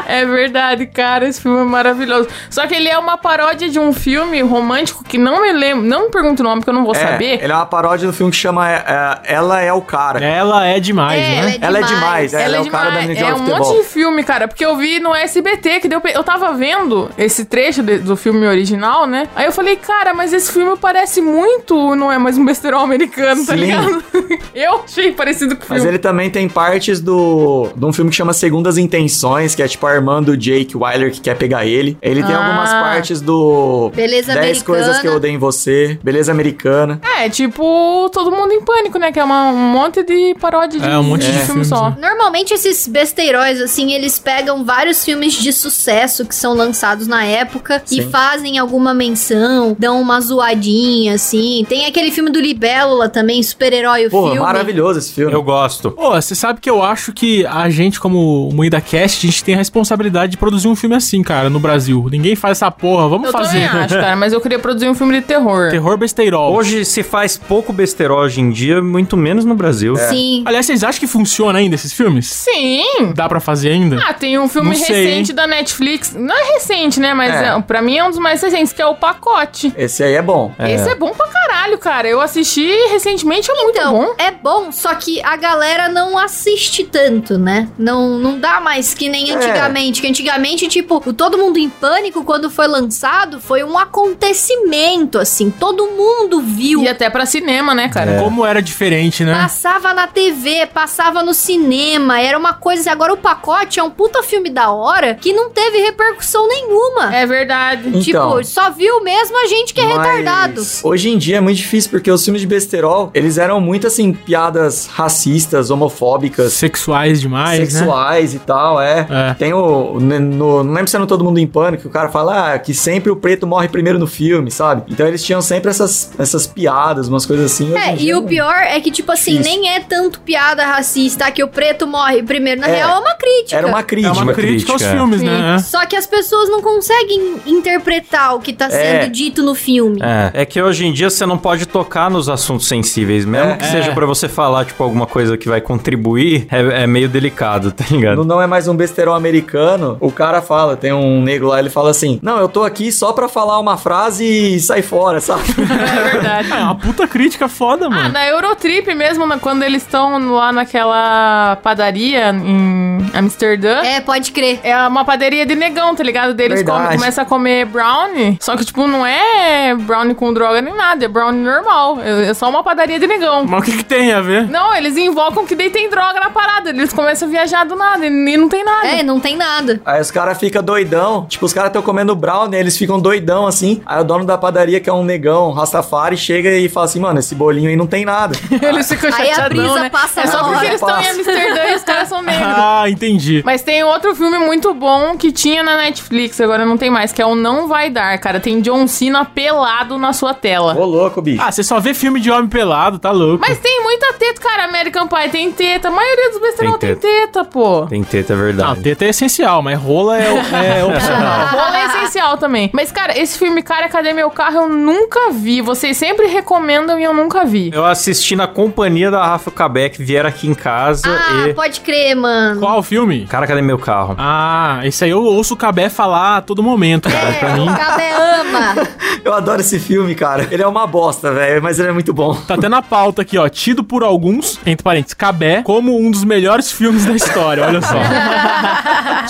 S6: É verdade, cara, esse filme é maravilhoso. Só que ele é uma paródia de um filme romântico que não me lembro, não me pergunto o nome porque eu não vou
S7: É,
S6: saber.
S7: Ele é uma paródia do filme que chama é, é, Ela é o Cara.
S4: Ela é demais,
S5: *laughs* É,
S4: né?
S7: Ela é demais, é, ela, é o cara da
S6: demais.
S7: Ninja
S6: É
S7: de
S6: um
S7: Futebol.
S6: monte de filme, cara, porque eu vi no SBT que deu. pe- Eu tava vendo esse trecho de- do filme original, né? Aí eu falei, cara, mas esse filme parece muito, não é mais um besterol americano, tá
S7: Sim.
S6: ligado? *laughs* eu achei parecido com o
S7: Mas
S6: filme.
S7: ele também tem partes do de um filme que chama Segundas Intenções, que é tipo a irmã do Jake Wyler que quer pegar ele. Ele tem
S6: Ah.
S7: algumas partes do
S5: Beleza
S7: 10 coisas
S5: Americana.
S7: que eu odeio em você, Beleza Americana.
S6: É, tipo, todo mundo em pânico, né? Que é uma- um monte de paródia de,
S4: É, um monte de
S6: filme
S4: filmes,
S6: só.
S4: né?
S5: Normalmente esses besteiróis, assim, eles pegam vários filmes de sucesso que são lançados na época e
S7: Sim.
S5: fazem alguma menção, dão uma zoadinha, assim. Tem aquele filme do Libélula também, super-herói o
S7: Pô,
S5: filme.
S7: maravilhoso esse filme.
S3: Eu gosto.
S4: Pô, você sabe que eu acho que a gente, como Moída Cast, a gente tem a responsabilidade de produzir um filme assim, cara, no Brasil. Ninguém faz essa porra, vamos
S6: Eu
S4: fazer.
S6: também acho, cara, mas eu queria produzir um filme de terror.
S4: Terror besteirol.
S3: Hoje se faz pouco besteiro hoje em dia, muito menos no Brasil.
S5: Sim.
S4: Aliás, vocês acham que funciona ainda esses filmes?
S6: Sim!
S4: Dá pra fazer ainda?
S6: Ah, tem um filme
S4: Não sei,
S6: recente da Netflix. Não é recente, né? Mas
S7: É.
S6: é, pra mim é um dos mais recentes, que é o Pacote.
S7: Esse aí é bom.
S6: Esse é bom pra caralho, cara. Eu assisti recentemente, é muito
S5: Então,
S6: bom.
S5: é bom, só que a galera não assiste tanto, né? Não, não dá mais que nem
S7: É.
S5: antigamente. Que antigamente, tipo, o Todo Mundo em Pânico, quando foi lançado, foi um acontecimento, assim. Todo mundo viu.
S6: E até pra cinema, né, cara?
S4: Como era diferente,
S7: É.
S4: né?
S5: Passava na TV, passava no cinema, era uma coisa. assim. Agora o pacote é um puta filme da hora que não teve repercussão nenhuma.
S6: É verdade.
S7: Então.
S5: tipo, só viu mesmo a gente que é
S7: Mas
S5: retardado.
S7: Hoje em dia é muito difícil porque os filmes de besterol, eles eram muito assim piadas racistas, homofóbicas,
S4: Sexuais demais, né?
S7: sexuais e tal, é.
S4: É.
S7: Tem o. n- no- não lembro se é no Todo Mundo em Pânico, que o cara fala ah, que sempre o preto morre primeiro no filme, sabe? Então eles tinham sempre essas, essas piadas, umas coisas assim. hoje em
S5: É, e
S7: dia
S5: o
S7: não-
S5: pior é que, tipo assim,
S7: Difícil.
S5: nem é tanto piada racista que o preto morre primeiro. Na
S7: É.
S5: real, é uma crítica.
S7: Era uma crítica.
S4: É uma crítica aos
S3: crítica.
S4: filmes,
S6: Sim.
S4: né? É.
S5: Só que as pessoas não conseguem interpretar o que tá
S7: É.
S5: sendo dito no filme.
S3: É. é que hoje em dia você não pode tocar nos assuntos sensíveis, mesmo
S7: É.
S3: que seja pra você falar, tipo, alguma coisa que vai contribuir, é, é meio delicado, *laughs* tá ligado?
S7: No Não É Mais Um Besterol Americano, o cara fala, tem um negro lá, ele fala assim, não, eu tô aqui só pra falar uma frase e sai fora,
S4: *laughs*
S7: sabe?
S6: É verdade.
S4: É uma puta crítica foda,
S6: Ah,
S4: mano.
S6: na Eurotrip mesmo, na- quando eles estão lá naquela padaria em Amsterdã.
S5: É, pode crer.
S6: É uma padaria de negão, tá ligado? Deles
S7: Verdade.
S6: come, começa a comer brownie. Só que, tipo, não é brownie com droga nem nada, é brownie normal. É, é só uma padaria de negão.
S4: Mas o que, que tem a ver?
S6: Não, eles invocam que daí tem droga na parada. Eles começam a viajar do nada e e não tem nada.
S5: É, não tem nada.
S7: Aí os caras ficam doidão, tipo, os caras estão comendo brownie, eles ficam doidão assim. Aí o dono da padaria, que é um negão, um Rastafari, chega e fala assim, mano, esse bolinho aí não tem nada.
S6: *laughs* Eles ficam
S5: Aí a
S6: chateadão,
S5: brisa
S6: né?
S5: passa
S6: É
S5: na
S6: só porque
S5: hora.
S6: eles estão em
S7: Passa.
S6: Amsterdã e os caras
S4: *laughs*
S6: são negros.
S4: Ah, entendi.
S6: Mas tem um outro filme muito bom que tinha na Netflix, agora não tem mais, que é o Não Vai Dar, cara. Tem John Cena pelado na sua tela.
S7: Ô louco, bicho.
S4: Ah, você só vê filme de homem pelado, tá louco.
S6: Mas tem muita teta, cara. American Pie tem teta. A maioria dos besterol tem
S3: Tem
S6: teta, pô.
S3: Tem teta, é
S4: Não,
S3: verdade.
S4: teta é essencial, mas rola é,
S6: *laughs*
S4: é opcional.
S6: Rola é essencial também. Mas, cara, esse filme, cara, Cadê Meu Carro? Eu nunca vi. Vocês sempre recomendam e eu nunca vi.
S3: Eu assisti na companhia da Rafa Kabeck, vieram aqui em casa
S5: Ah,
S3: e.
S5: pode crer, mano.
S4: Qual o filme?
S3: Cara, cadê meu carro?
S4: Ah, esse aí eu ouço o Cabé falar a todo momento, cara. Pra mim,
S5: É, o Cabé ama.
S7: *laughs* Eu adoro esse filme, cara. Ele é uma bosta, velho, mas ele é muito bom.
S4: tá até na pauta aqui, ó. Tido por alguns, entre parênteses, Cabé, como um dos melhores filmes da história, olha só.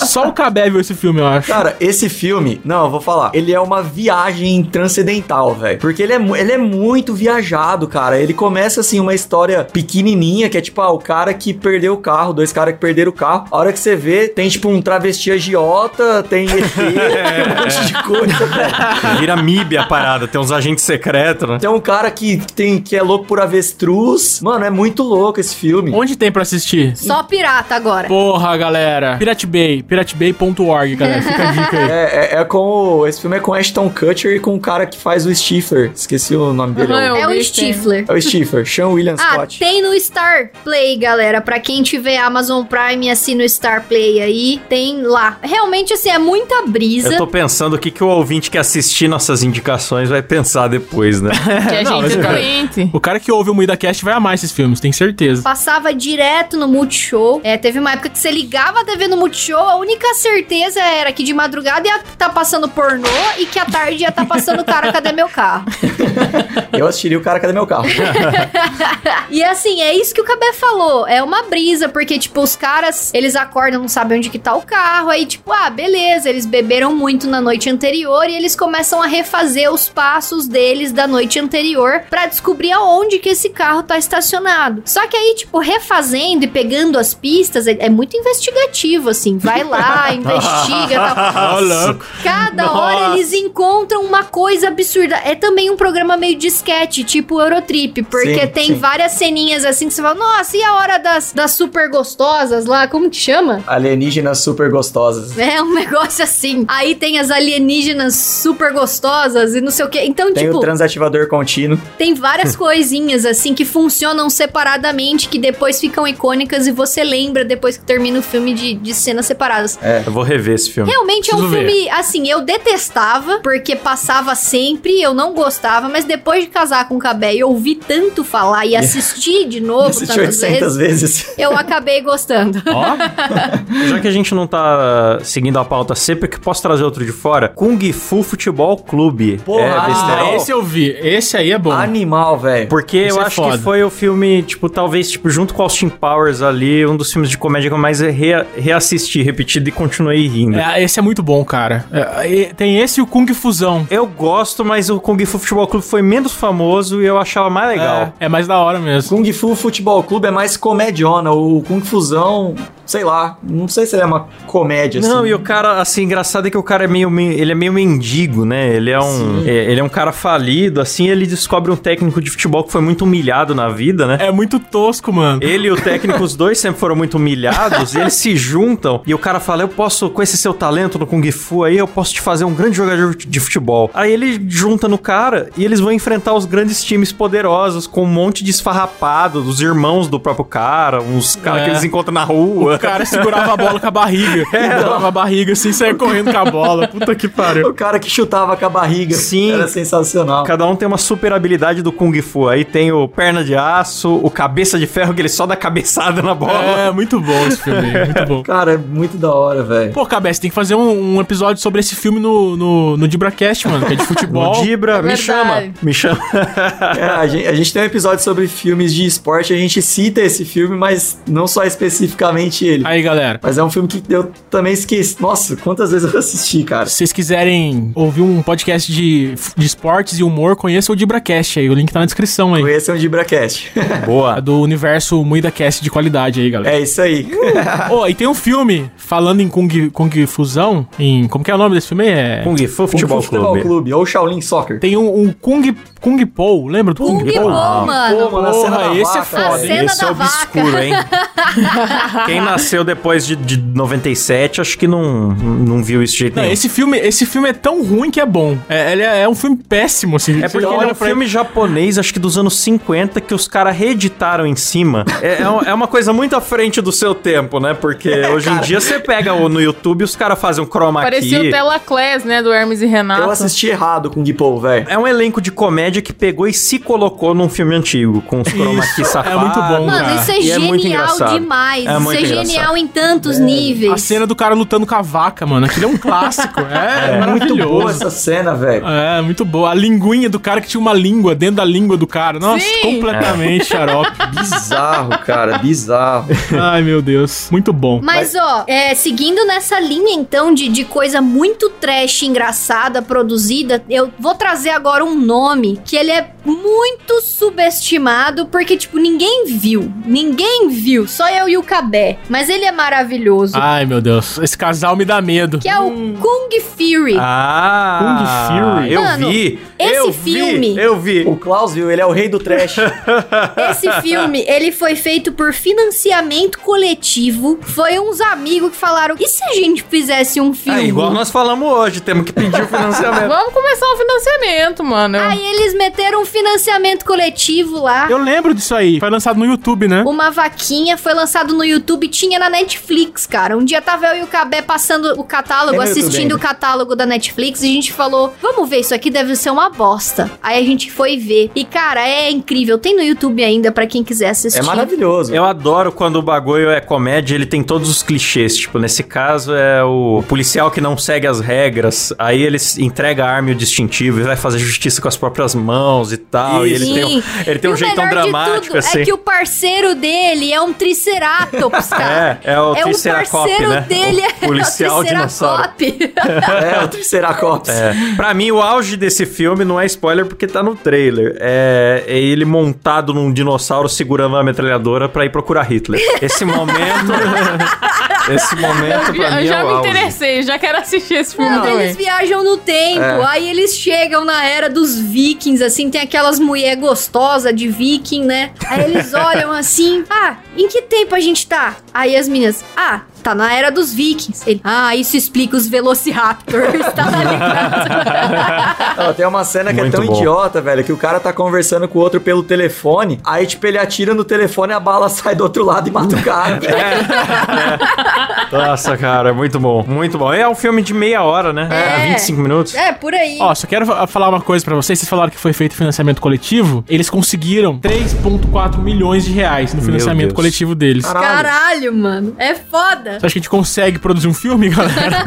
S6: *laughs*
S4: só o Cabé viu esse filme, eu acho.
S7: Cara, esse filme, não, eu vou falar, ele é uma viagem transcendental, velho. Porque ele é, mu- ele é muito viajado, cara. Ele começa assim uma história pequenininha, que é tipo, ah, o cara que perdeu o carro, dois caras que perderam o carro. A hora que você vê, tem tipo um travesti agiota, tem ET, tem um monte de coisa, velho.
S3: é. Vira MIB a parada, tem uns agentes secretos, né?
S7: Tem um cara que, tem, que é louco por avestruz. Mano, é muito louco esse filme.
S4: Onde tem pra assistir?
S5: Só pirata
S3: *laughs*
S5: agora.
S4: Porra, galera. Pirate Bay, piratebay.org, galera. Fica a dica aí.
S7: É, é, é com o. Esse filme é com Ashton Kutcher e com o cara que faz o Stifler. Esqueci o nome dele.
S6: Aham,
S7: é o-
S5: É o
S6: Alguém
S3: um
S5: Stifler.
S7: É o Stifler, Sean William
S5: Ah,
S7: Scott.
S5: tem no Star Play, galera. Pra quem tiver Amazon Prime e assina o Star Play aí, tem lá. Realmente, assim, é muita brisa.
S3: Eu tô pensando o que, que o ouvinte que assistir nossas indicações vai pensar depois, né?
S6: Que a
S4: Não,
S6: gente é
S4: mas-
S6: doente.
S4: O cara que ouve o Moída Cast vai amar esses filmes, tem certeza.
S5: Passava direto no Multishow. É, teve uma época que você ligava a TV no Multishow, a única certeza era que de madrugada ia tá passando pornô e que à tarde ia tá passando cara, cadê meu carro?
S7: Eu assistiria o cara, cadê meu carro?
S5: E assim, é isso que o Cabé falou. É uma brisa, porque, tipo, os caras, eles acordam, não sabem onde que tá o carro. Aí, tipo, ah, beleza, eles beberam muito na noite anterior e eles começam a refazer os passos deles da noite anterior pra descobrir aonde que esse carro tá estacionado. Só que aí, tipo, refazendo e pegando as pistas, é, é muito investigativo, assim. Vai
S7: *laughs*
S5: lá, investiga, tal. Cada hora eles encontram uma coisa absurda. É também um programa meio de sketch, tipo Eurotrip, porque
S7: Sim,
S5: tem
S7: sim.
S5: várias ceninhas assim que você fala, nossa, e a hora das, das super gostosas lá? Como que chama?
S7: Alienígenas super gostosas.
S5: É um *laughs* negócio assim. Aí tem as alienígenas super gostosas e não sei o quê. Então,
S7: Tem
S5: tipo,
S7: o transativador contínuo.
S5: tem várias coisinhas assim que funcionam separadamente, que depois ficam icônicas e você lembra depois que termina o filme de, de cenas separadas.
S3: Eu vou rever esse filme.
S5: Realmente é um
S4: Preciso ver.
S5: filme, assim, eu detestava, porque passava sempre, eu não gostava, mas depois de casar com o Cabé e ouvir tanto falar e assistir de novo
S7: Assisti
S5: tantas
S7: 800
S5: vezes,
S7: vezes.
S5: eu acabei gostando.
S3: Ó,
S4: É,
S3: já que a gente não tá seguindo a pauta sempre, que posso trazer outro de fora? Kung Fu Futebol Clube.
S7: Porra,
S3: é,
S4: Ah,
S3: besterol.
S4: esse eu vi. Esse aí é bom.
S7: Animal, velho.
S3: Porque
S4: Isso
S3: eu
S4: é
S3: acho
S4: foda.
S3: que foi o filme, tipo, talvez, tipo, junto com Austin Powers ali, um dos filmes de comédia que eu mais rea- reassisti, repetido e continuei rindo.
S4: É, esse é muito bom, cara. É, e- tem esse e o Kung Fusão.
S3: Eu gosto, mas o Kung Fu Futebol Clube foi menos famoso e eu achava mais legal.
S4: É, é mais da hora mesmo.
S7: Kung Fu Futebol Clube é mais comediona. O Kung Fusão, sei lá. Não sei se ele é uma comédia,
S3: Não,
S7: assim.
S3: e o cara, assim, engraçado é que o cara é meio, men- ele é meio mendigo, né? Ele é um, é, ele é um cara falido, assim, ele descobre um técnico de futebol que foi muito humilhado na vida, né?
S4: É muito tosco, mano.
S3: Ele e o técnico, os dois sempre foram muito humilhados, e eles se juntam, e o cara fala: Eu posso, com esse seu talento no Kung Fu aí, eu posso te fazer um grande jogador de futebol. Aí ele junta no cara e eles vão enfrentar os grandes times poderosos, com um monte de esfarrapado, dos irmãos do próprio cara, uns caras
S4: É.
S3: que eles encontram na rua.
S4: O cara segurava a bola com a barriga.
S3: É,
S4: Segurava a barriga assim, saia correndo com a bola. Puta que pariu.
S7: O cara que chutava com a barriga.
S3: Sim.
S7: Era sensacional.
S3: Cada um tem uma super habilidade do Kung Fu. Aí tem o perna de aço, o cabeça de ferro, que ele só dá cabeçada na bola.
S4: É, muito bom esse filme. aí, Muito bom.
S7: Cara, é muito da hora, velho.
S4: Pô, Cabé, você tem que fazer um, um episódio sobre esse filme no, no, no Dibracast,
S3: *laughs*
S4: mano, que é de futebol.
S3: O Dibra, me
S6: verdade.
S3: chama. Me chama.
S7: É, a, gente, a gente tem um episódio sobre filmes de esporte. A gente cita esse filme, mas não só especificamente ele.
S4: Aí, galera.
S7: Mas é um filme que eu também esqueci. Nossa, quantas vezes eu assisti, cara.
S4: Se vocês quiserem ouvir um podcast de, de esportes e humor, conheça o Dibracast aí. O link tá na descrição aí.
S7: Esse é um Dibracast.
S4: É do universo MuidaCast de qualidade aí, galera.
S7: é isso aí.
S3: É.
S4: Ô, e tem um filme falando em Kung, Kung Fusão, em... Como que é o nome desse filme aí? É...
S3: Kung Fu Futebol,
S7: *laughs*
S3: Clube.
S7: ou Shaolin Soccer.
S4: Tem um, um Kung, Kung Po, lembra do Kung,
S5: Pung
S4: Po?
S5: bom, mano.
S7: Pô, mano, a Ah, cena
S4: Porra,
S7: da
S4: esse é
S7: vaca,
S5: A
S4: foda,
S7: velho.
S5: cena
S3: Esse
S5: da
S3: é
S5: vaca.
S3: obscuro,
S5: *laughs*
S3: hein? Quem nasceu depois de, de 97, acho que não, não viu isso de jeito
S4: Não,
S3: nenhum.
S4: esse filme, esse filme é tão ruim que é bom. É, ele é, é um filme péssimo, assim.
S3: É porque ele é um filme japonês, acho que dos anos 50, que os caras reeditaram em cima. É, é um- é uma coisa muito à frente do seu tempo, né?
S4: *laughs*
S3: Porque
S4: É,
S3: hoje em dia você pega o- no YouTube e os caras fazem um chroma
S6: Parecia
S3: key.
S6: o Telaclés, né, do Hermes e Renato.
S7: Eu assisti errado com o Paul, velho.
S3: É um elenco de comédia que pegou e se colocou num filme antigo, com os chroma key safados.
S4: muito bom.
S5: Mano,
S4: Cara,
S5: isso é
S3: e é muito
S5: genial
S3: engraçado.
S5: demais.
S3: É
S5: isso
S3: muito
S5: é
S3: engraçado.
S5: genial em tantos níveis.
S4: A cena do cara lutando com a vaca, mano. Aquilo é
S3: *laughs*
S4: um clássico. É,
S7: Muito boa
S4: maravilhoso.
S7: essa cena, velho.
S4: É, muito boa. A linguinha do cara que tinha uma língua dentro da língua do cara. Nossa,
S6: Sim.
S4: completamente xarope.
S7: Bizarro,
S4: *laughs*
S7: cara, bizarro.
S4: Ai, meu Deus. Muito bom.
S5: Mas, ó, é, seguindo nessa linha, então, de, de coisa muito trash, engraçada, produzida, eu vou trazer agora um nome que ele é muito subestimado, porque, tipo, ninguém viu. Ninguém viu. Só eu e o Cabé. Mas ele é maravilhoso.
S3: Ah,
S4: Ai, meu Deus. Esse
S5: é
S4: casal me dá medo.
S5: Que é o Kung Fury.
S3: hum. Ah,
S4: Kung Fury.
S3: eu
S5: Mano,
S3: vi.
S5: Esse
S3: eu
S5: filme.
S3: Vi, eu vi.
S7: O Klaus, viu? Ele é o rei do
S4: *laughs*
S7: trash.
S5: Esse filme, ele foi feito por financiamento coletivo. Foi uns amigos que falaram: e se a gente fizesse
S7: Ah,
S5: um filme?
S3: É, igual nós falamos hoje, temos que pedir o financiamento.
S6: Ah, Vamos começar o financiamento, mano.
S5: Aí eles meteram um financiamento coletivo lá.
S4: Eu lembro disso aí. Foi lançado no YouTube, né?
S5: Uma vaquinha foi lançado no YouTube, tinha na Netflix, cara. Um dia tava eu e o Cabé passando o catálogo,
S7: Tem no YouTube
S5: assistindo
S7: ainda.
S5: o catálogo da Netflix, e a gente falou: vamos ver, isso aqui deve ser uma bosta. Aí a gente foi ver. E, cara, é incrível. Tem no YouTube ainda pra quem quiser assistir.
S7: É maravilhoso.
S4: um-
S3: Eu adoro quando o bagulho é comédia, ele tem todos os clichês. Tipo, nesse caso é o policial que não segue as regras, aí ele s- entrega a arma e o distintivo e vai fazer justiça com as próprias mãos e tal. E ele tem, um- ele tem
S5: E
S3: um
S5: o
S3: jeitão
S5: melhor de
S3: dramático,
S5: tudo
S3: assim.
S5: É que o parceiro dele é um triceratops, cara.
S3: *laughs* É, é o
S5: é
S3: Triceracop,
S5: parceiro
S3: né?
S5: dele *laughs*
S3: O
S5: é
S3: policial
S5: o Triceracop.
S7: É, o Triceratops.
S3: É. Pra mim, o auge desse filme não é spoiler porque tá no trailer. É, é ele montado num dinossauro segurando uma metralhadora pra ir procurar Hitler. Esse
S6: *laughs*
S3: momento. esse momento
S6: Eu,
S3: pra mim
S6: já
S3: é o
S6: me
S3: auge.
S6: interessei, já quero assistir esse
S5: *laughs*
S6: filme
S5: Não,
S6: também.
S5: eles viajam no tempo,
S3: É.
S5: aí eles chegam na era dos vikings, assim, tem aquelas mulher gostosa de viking, né? Aí
S3: *laughs*
S5: eles olham assim, ah, em que tempo a gente tá? Aí as meninas, ah, tá na era dos vikings. Ele, ah, isso explica os velociraptors, *laughs* tá
S3: *laughs*
S5: ligado?
S7: Não, tem uma cena que
S3: Muito
S7: é tão
S3: bom.
S7: idiota, velho, que o cara tá conversando com o outro pelo telefone, aí, tipo, ele atira no telefone, a bala *laughs* sai do outro lado e mata
S5: *laughs*
S7: o cara.
S5: É.
S7: velho.
S3: Nossa, cara, é muito bom. Muito bom. É um filme de meia hora, né?
S5: É.
S3: 25 minutos.
S5: é, por aí.
S4: Ó, só quero fa- falar uma coisa pra vocês. Vocês falaram que foi feito financiamento coletivo. Eles conseguiram 3,4 milhões de reais no financiamento
S3: Deus.
S4: coletivo deles. Você
S5: Caralho, mano, é foda.
S4: acha que a gente consegue produzir um filme, *laughs* galera?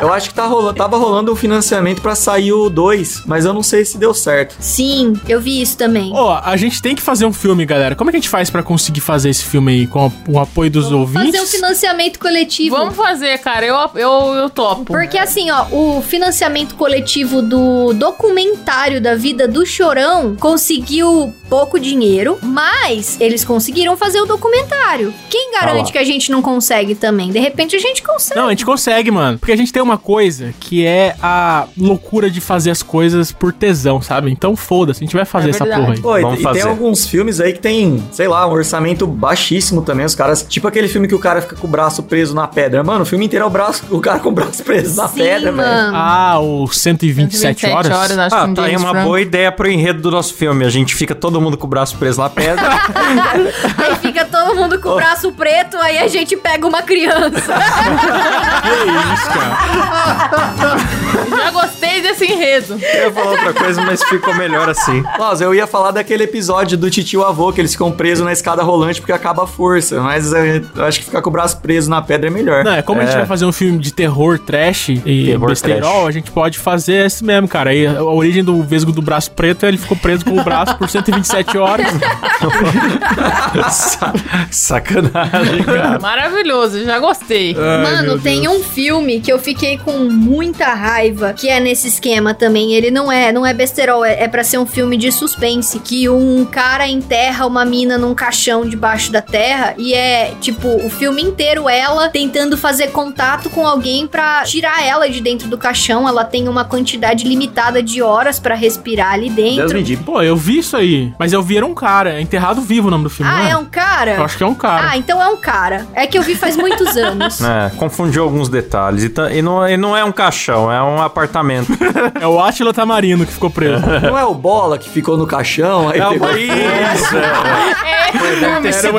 S7: Eu acho que tá rolando, tava rolando um financiamento pra sair o 2, mas eu não sei se deu certo.
S5: Sim, eu vi isso também.
S4: Ó, a gente tem que fazer um filme, galera. Como é que a gente faz pra conseguir fazer esse filme aí com a- o apoio dos ouvintes?
S5: Fazer um financiamento coletivo.
S6: Vamos fazer, cara. Eu, eu, eu topo.
S5: Porque assim, ó, o financiamento coletivo do documentário da vida do Chorão conseguiu pouco dinheiro, mas eles conseguiram fazer o documentário. Quem garante que a gente não consegue também? De repente a gente consegue.
S4: Não, a gente consegue, mano. Porque a gente tem uma coisa que é a loucura de fazer as coisas por tesão, sabe? Então foda-se, a gente vai fazer
S6: É
S4: essa
S6: verdade.
S4: porra aí.
S7: Pô, e-
S3: Vamos
S7: e
S3: fazer.
S7: tem alguns filmes aí que tem, sei lá, um orçamento baixíssimo também, os caras, tipo aquele filme que o cara fica com o braço preso na pedra. Mano, o filme inteiro é o braço, o cara com o braço preso na
S5: Sim,
S7: pedra, velho.
S5: mano.
S4: Ah, o 127, horas?
S6: acho
S3: Ah,
S6: que um
S3: tá aí uma boa ideia pro enredo do nosso filme. A gente fica todo mundo com o braço preso na pedra.
S6: *laughs*
S5: Aí fica todo mundo com o braço preto, aí a gente pega uma criança.
S3: É
S6: Já gostei desse
S3: *laughs*
S6: enredo.
S3: Eu ia falar outra coisa, mas ficou melhor assim.
S7: Nossa, eu ia falar daquele episódio do titio avô, que eles ficam presos na escada rolante porque acaba a força, mas é, eu acho que ficar com o braço preso na pedra é melhor.
S4: Não, é como a gente vai fazer um filme de terror trash e
S3: Terror
S4: besterol,
S3: trash.
S4: a gente pode fazer esse mesmo, cara. Aí a origem do Vesgo do braço preto, ele ficou preso com o braço por
S5: *laughs*
S4: 127 horas.
S3: Sa- Sacanagem, cara.
S6: Maravilhoso, já gostei.
S3: Ah.
S5: Mano, tem um filme que eu fiquei com muita raiva, que é nesse esquema também. Ele não é, não é besterol, é, é para ser um filme de suspense, que um cara enterra uma mina num caixão debaixo da terra e é tipo o filme inteiro ela tentando fazer contato com alguém pra tirar ela de dentro do caixão. Ela tem uma quantidade limitada de horas pra respirar ali
S7: Deus
S5: dentro.
S7: me livre.
S4: Pô, eu vi isso aí. Mas eu vi era um cara, é enterrado vivo o nome do filme.
S5: Ah,
S4: não
S5: é um
S4: Eu
S5: cara.
S4: acho que é um cara.
S5: Ah, então é um cara. É que eu vi faz
S4: *laughs*
S5: muitos anos.
S3: É, confundiu alguns detalhes. E, tá- e não, e não é um caixão, é um *laughs* apartamento.
S5: então
S4: É o Átila Tamarino que
S3: *laughs*
S4: ficou preso.
S7: Não é o Bola que ficou no caixão? Aí pegou...
S3: isso, é. sido
S4: Era o um
S6: É esse filme.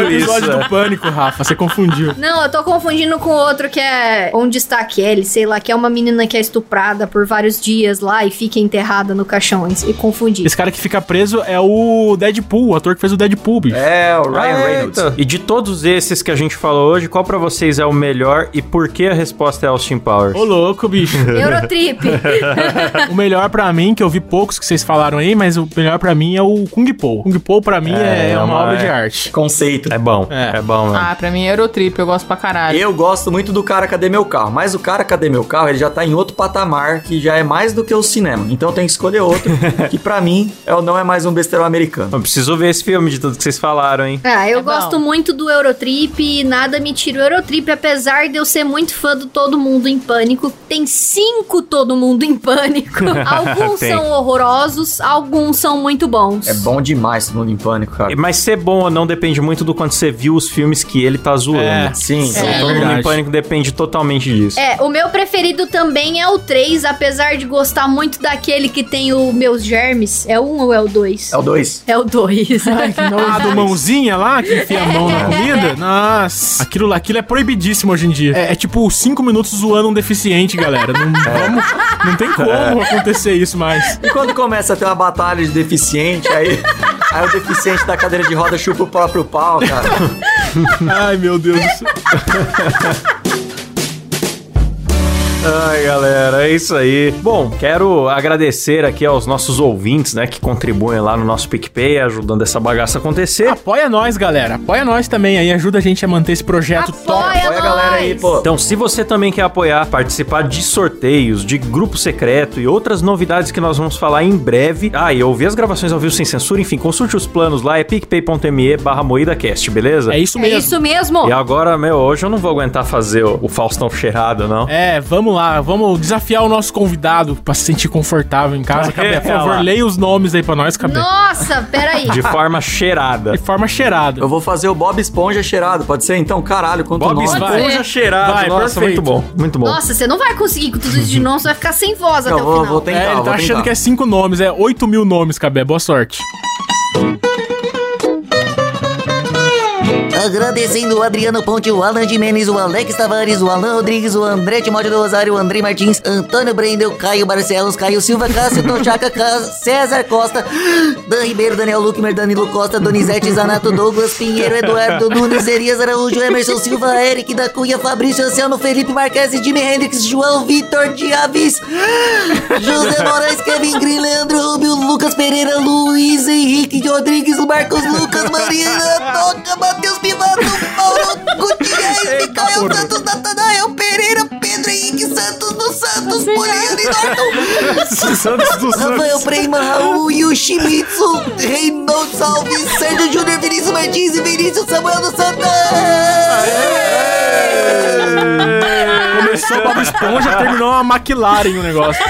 S4: episódio
S3: isso, é.
S4: do Pânico, Rafa. Você confundiu.
S5: Não, eu tô confundindo com outro que é Onde está Kelly, sei lá, que é uma menina que é estuprada por vários dias lá e fica enterrada no caixão. E e confundi.
S4: Esse cara que fica preso é o Deadpool, o ator que fez o Deadpool, bicho.
S7: É, o Ryan
S3: Ah,
S7: Reynolds.
S3: eita. E de todos esses que a gente falou hoje, qual pra vocês é o melhor e por que a resposta é Austin Powers?
S4: Ô, louco, bicho.
S7: *laughs*
S5: Eurotrip.
S4: o melhor pra mim, que eu vi poucos que vocês falaram aí, mas o melhor pra mim é o Kung Po. Kung Po pra mim é,
S3: É,
S4: uma
S3: uma-
S4: obra de arte.
S5: Exatamente.
S7: Conceito.
S3: É bom, é,
S4: É.
S3: bom, mano.
S6: Ah, pra mim é Eurotrip, eu gosto pra caralho.
S7: Eu gosto muito do cara Cadê Meu Carro, mas o cara Cadê Meu Carro, ele já tá em outro patamar que já é mais do que o cinema. Então tem que escolher outro, que pra mim é o Não É Mais Um Besteiro Americano.
S3: *laughs* Eu preciso ver esse filme de tudo que vocês falaram, hein?
S5: Ah, eu
S6: É bom.
S5: gosto muito do Eurotrip e nada me tira o Eurotrip, apesar de eu ser muito fã do Todo Mundo em Pânico. Tem cinco Todo Mundo em
S7: *laughs*
S5: Pânico. alguns
S3: Tem.
S5: são horrorosos, alguns são muito bons.
S7: É bom demais todo mundo em pânico, cara.
S3: Mas ser bom ou não depende muito do quanto você viu os filmes que ele tá zoando.
S4: É.
S7: Sim,
S3: Então,
S4: É
S3: todo mundo
S4: verdade.
S3: em pânico depende totalmente disso.
S5: É, o meu preferido também é o 3, apesar de gostar muito daquele que tem o Meus Germes. É o 1 ou é o 2?
S7: é o 2.
S5: É o 2.
S4: Ah, do mãozinha lá, que enfia a mão na comida? Nossa. Aquilo lá, aquilo é proibidíssimo hoje em dia. É, é tipo cinco minutos zoando um deficiente, galera. Não, vamos- não tem como acontecer isso mais.
S7: E quando começa a ter uma batalha de deficiente, aí, aí o deficiente da cadeira de roda chupa o próprio pau, cara.
S4: Ai, meu Deus do céu.
S3: Ai, galera, é isso aí. Bom, quero agradecer aqui aos nossos ouvintes, né, que contribuem lá no nosso PicPay, ajudando essa bagaça acontecer.
S4: Apoia nós, galera. Apoia nós também aí. Ajuda a gente a manter esse projeto
S9: é
S4: top.
S5: Apoia
S7: Olha a galera aí,
S5: nós!
S7: pô.
S3: Então, se você também quer apoiar, participar de sorteios, de grupo secreto e outras novidades que nós vamos falar em breve. Ah, e ouvir as gravações ao vivo sem censura, enfim, consulte os planos lá, é picpay.me barra moídacast, beleza?
S4: É isso
S5: É
S4: mesmo.
S5: isso mesmo.
S3: E agora, meu, hoje eu não vou aguentar fazer o, o Faustão cheirado, não.
S4: É, vamos lá, vamos desafiar o nosso convidado pra se sentir confortável em casa. Cabé, por favor,
S3: lá.
S4: leia os nomes aí pra nós, Cabé.
S5: Nossa, peraí.
S3: De forma cheirada.
S4: De forma cheirada.
S7: Eu vou fazer o Bob Esponja cheirado, pode ser? Então, caralho, quanto
S3: Bob
S7: nome.
S4: Esponja.
S3: Esponja cheirado.
S4: Vai,
S3: Nossa,
S4: perfeito.
S3: muito bom. Muito bom.
S5: Nossa, você não vai conseguir com tudo isso de novo, você vai ficar sem voz até
S7: Eu
S5: o
S7: vou,
S5: final.
S7: vou tentar,
S4: é, ele
S7: vou
S4: tá achando
S7: tentar.
S4: que é cinco nomes, é oito mil nomes, Cabé. Boa sorte.
S9: Agradecendo o Adriano Ponte, o Alan Jimenez, o Alex Tavares, o Alan Rodrigues, o André Timóteo do Rosário, o André Martins, Antônio Brendel, Caio Barcelos, Caio Silva, Cássio Tochaca, Ca- César Costa, Dan Ribeiro, Daniel Luckmer, Danilo Costa, Donizete Zanato, Douglas Pinheiro, Eduardo Nunes, Erias Araújo, Emerson Silva, Eric da Cunha, Fabrício Anselmo, Felipe Marques, Jimi Hendrix, João Vitor de Aves, José Moraes, Kevin Green, Leandro Rubio, Lucas Pereira, Luiz Henrique Rodrigues, Marcos Lucas, Marina Toca, Matheus Pivato, Mauro Gutierrez, Micael Então é Santos, Natanael Pereira, Pedro Henrique Santos dos Santos, Poliano e
S4: *laughs*
S9: Norton,
S3: Santos dos
S9: Rafael Prema, Raul Yoshimitsu, Reinaldo Alves, Sérgio Júnior, Vinícius Martins e Vinícius Samuel dos Santos.
S4: Começou o Bob Esponja, *laughs* terminou uma McLaren o negócio.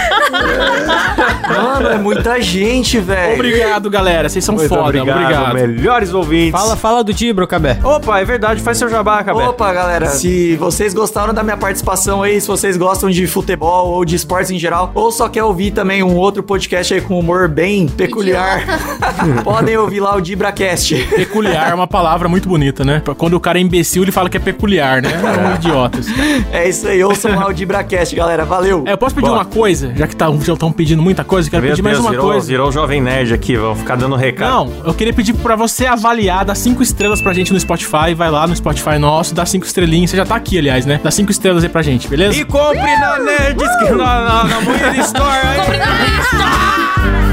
S7: Mano, é muita gente, velho.
S4: Obrigado, galera. Vocês são
S3: Muito
S4: foda.
S3: obrigado,
S4: Obrigado.
S3: melhores ouvintes.
S10: Fala, fala do Dibro, Cabé.
S3: Opa, é verdade, faz seu jabá, Cabé.
S7: Opa, galera, se vocês gostaram da minha participação aí, se vocês gostam de futebol ou de esportes em geral, ou só quer ouvir também um outro podcast aí com humor bem peculiar, *laughs* podem ouvir lá o DibraCast. *laughs*
S4: Peculiar é uma palavra muito bonita, né? Quando o cara é imbecil, ele fala que é peculiar, né? É um idiota. esse cara.
S7: É isso aí, ouçam lá o DibraCast, galera. Valeu!
S4: É, eu posso pedir
S3: Bora.
S4: uma coisa? Já que tá, já estão pedindo muita coisa, eu quero
S3: Meu
S4: pedir mais
S3: Deus,
S4: uma
S3: virou,
S4: coisa.
S3: virou o Jovem Nerd aqui, vão ficar dando recado.
S4: Não, eu queria pedir pra você avaliar, dar cinco estrelas pra gente no Spotify. Vai lá no Spotify nosso, dá cinco estrelinhas. Você já tá aqui, aliás, né? Dá cinco estrelas aí pra gente, beleza?
S3: E compre na Nerds, que na, na, na Moída Store aí.
S5: Obrigado.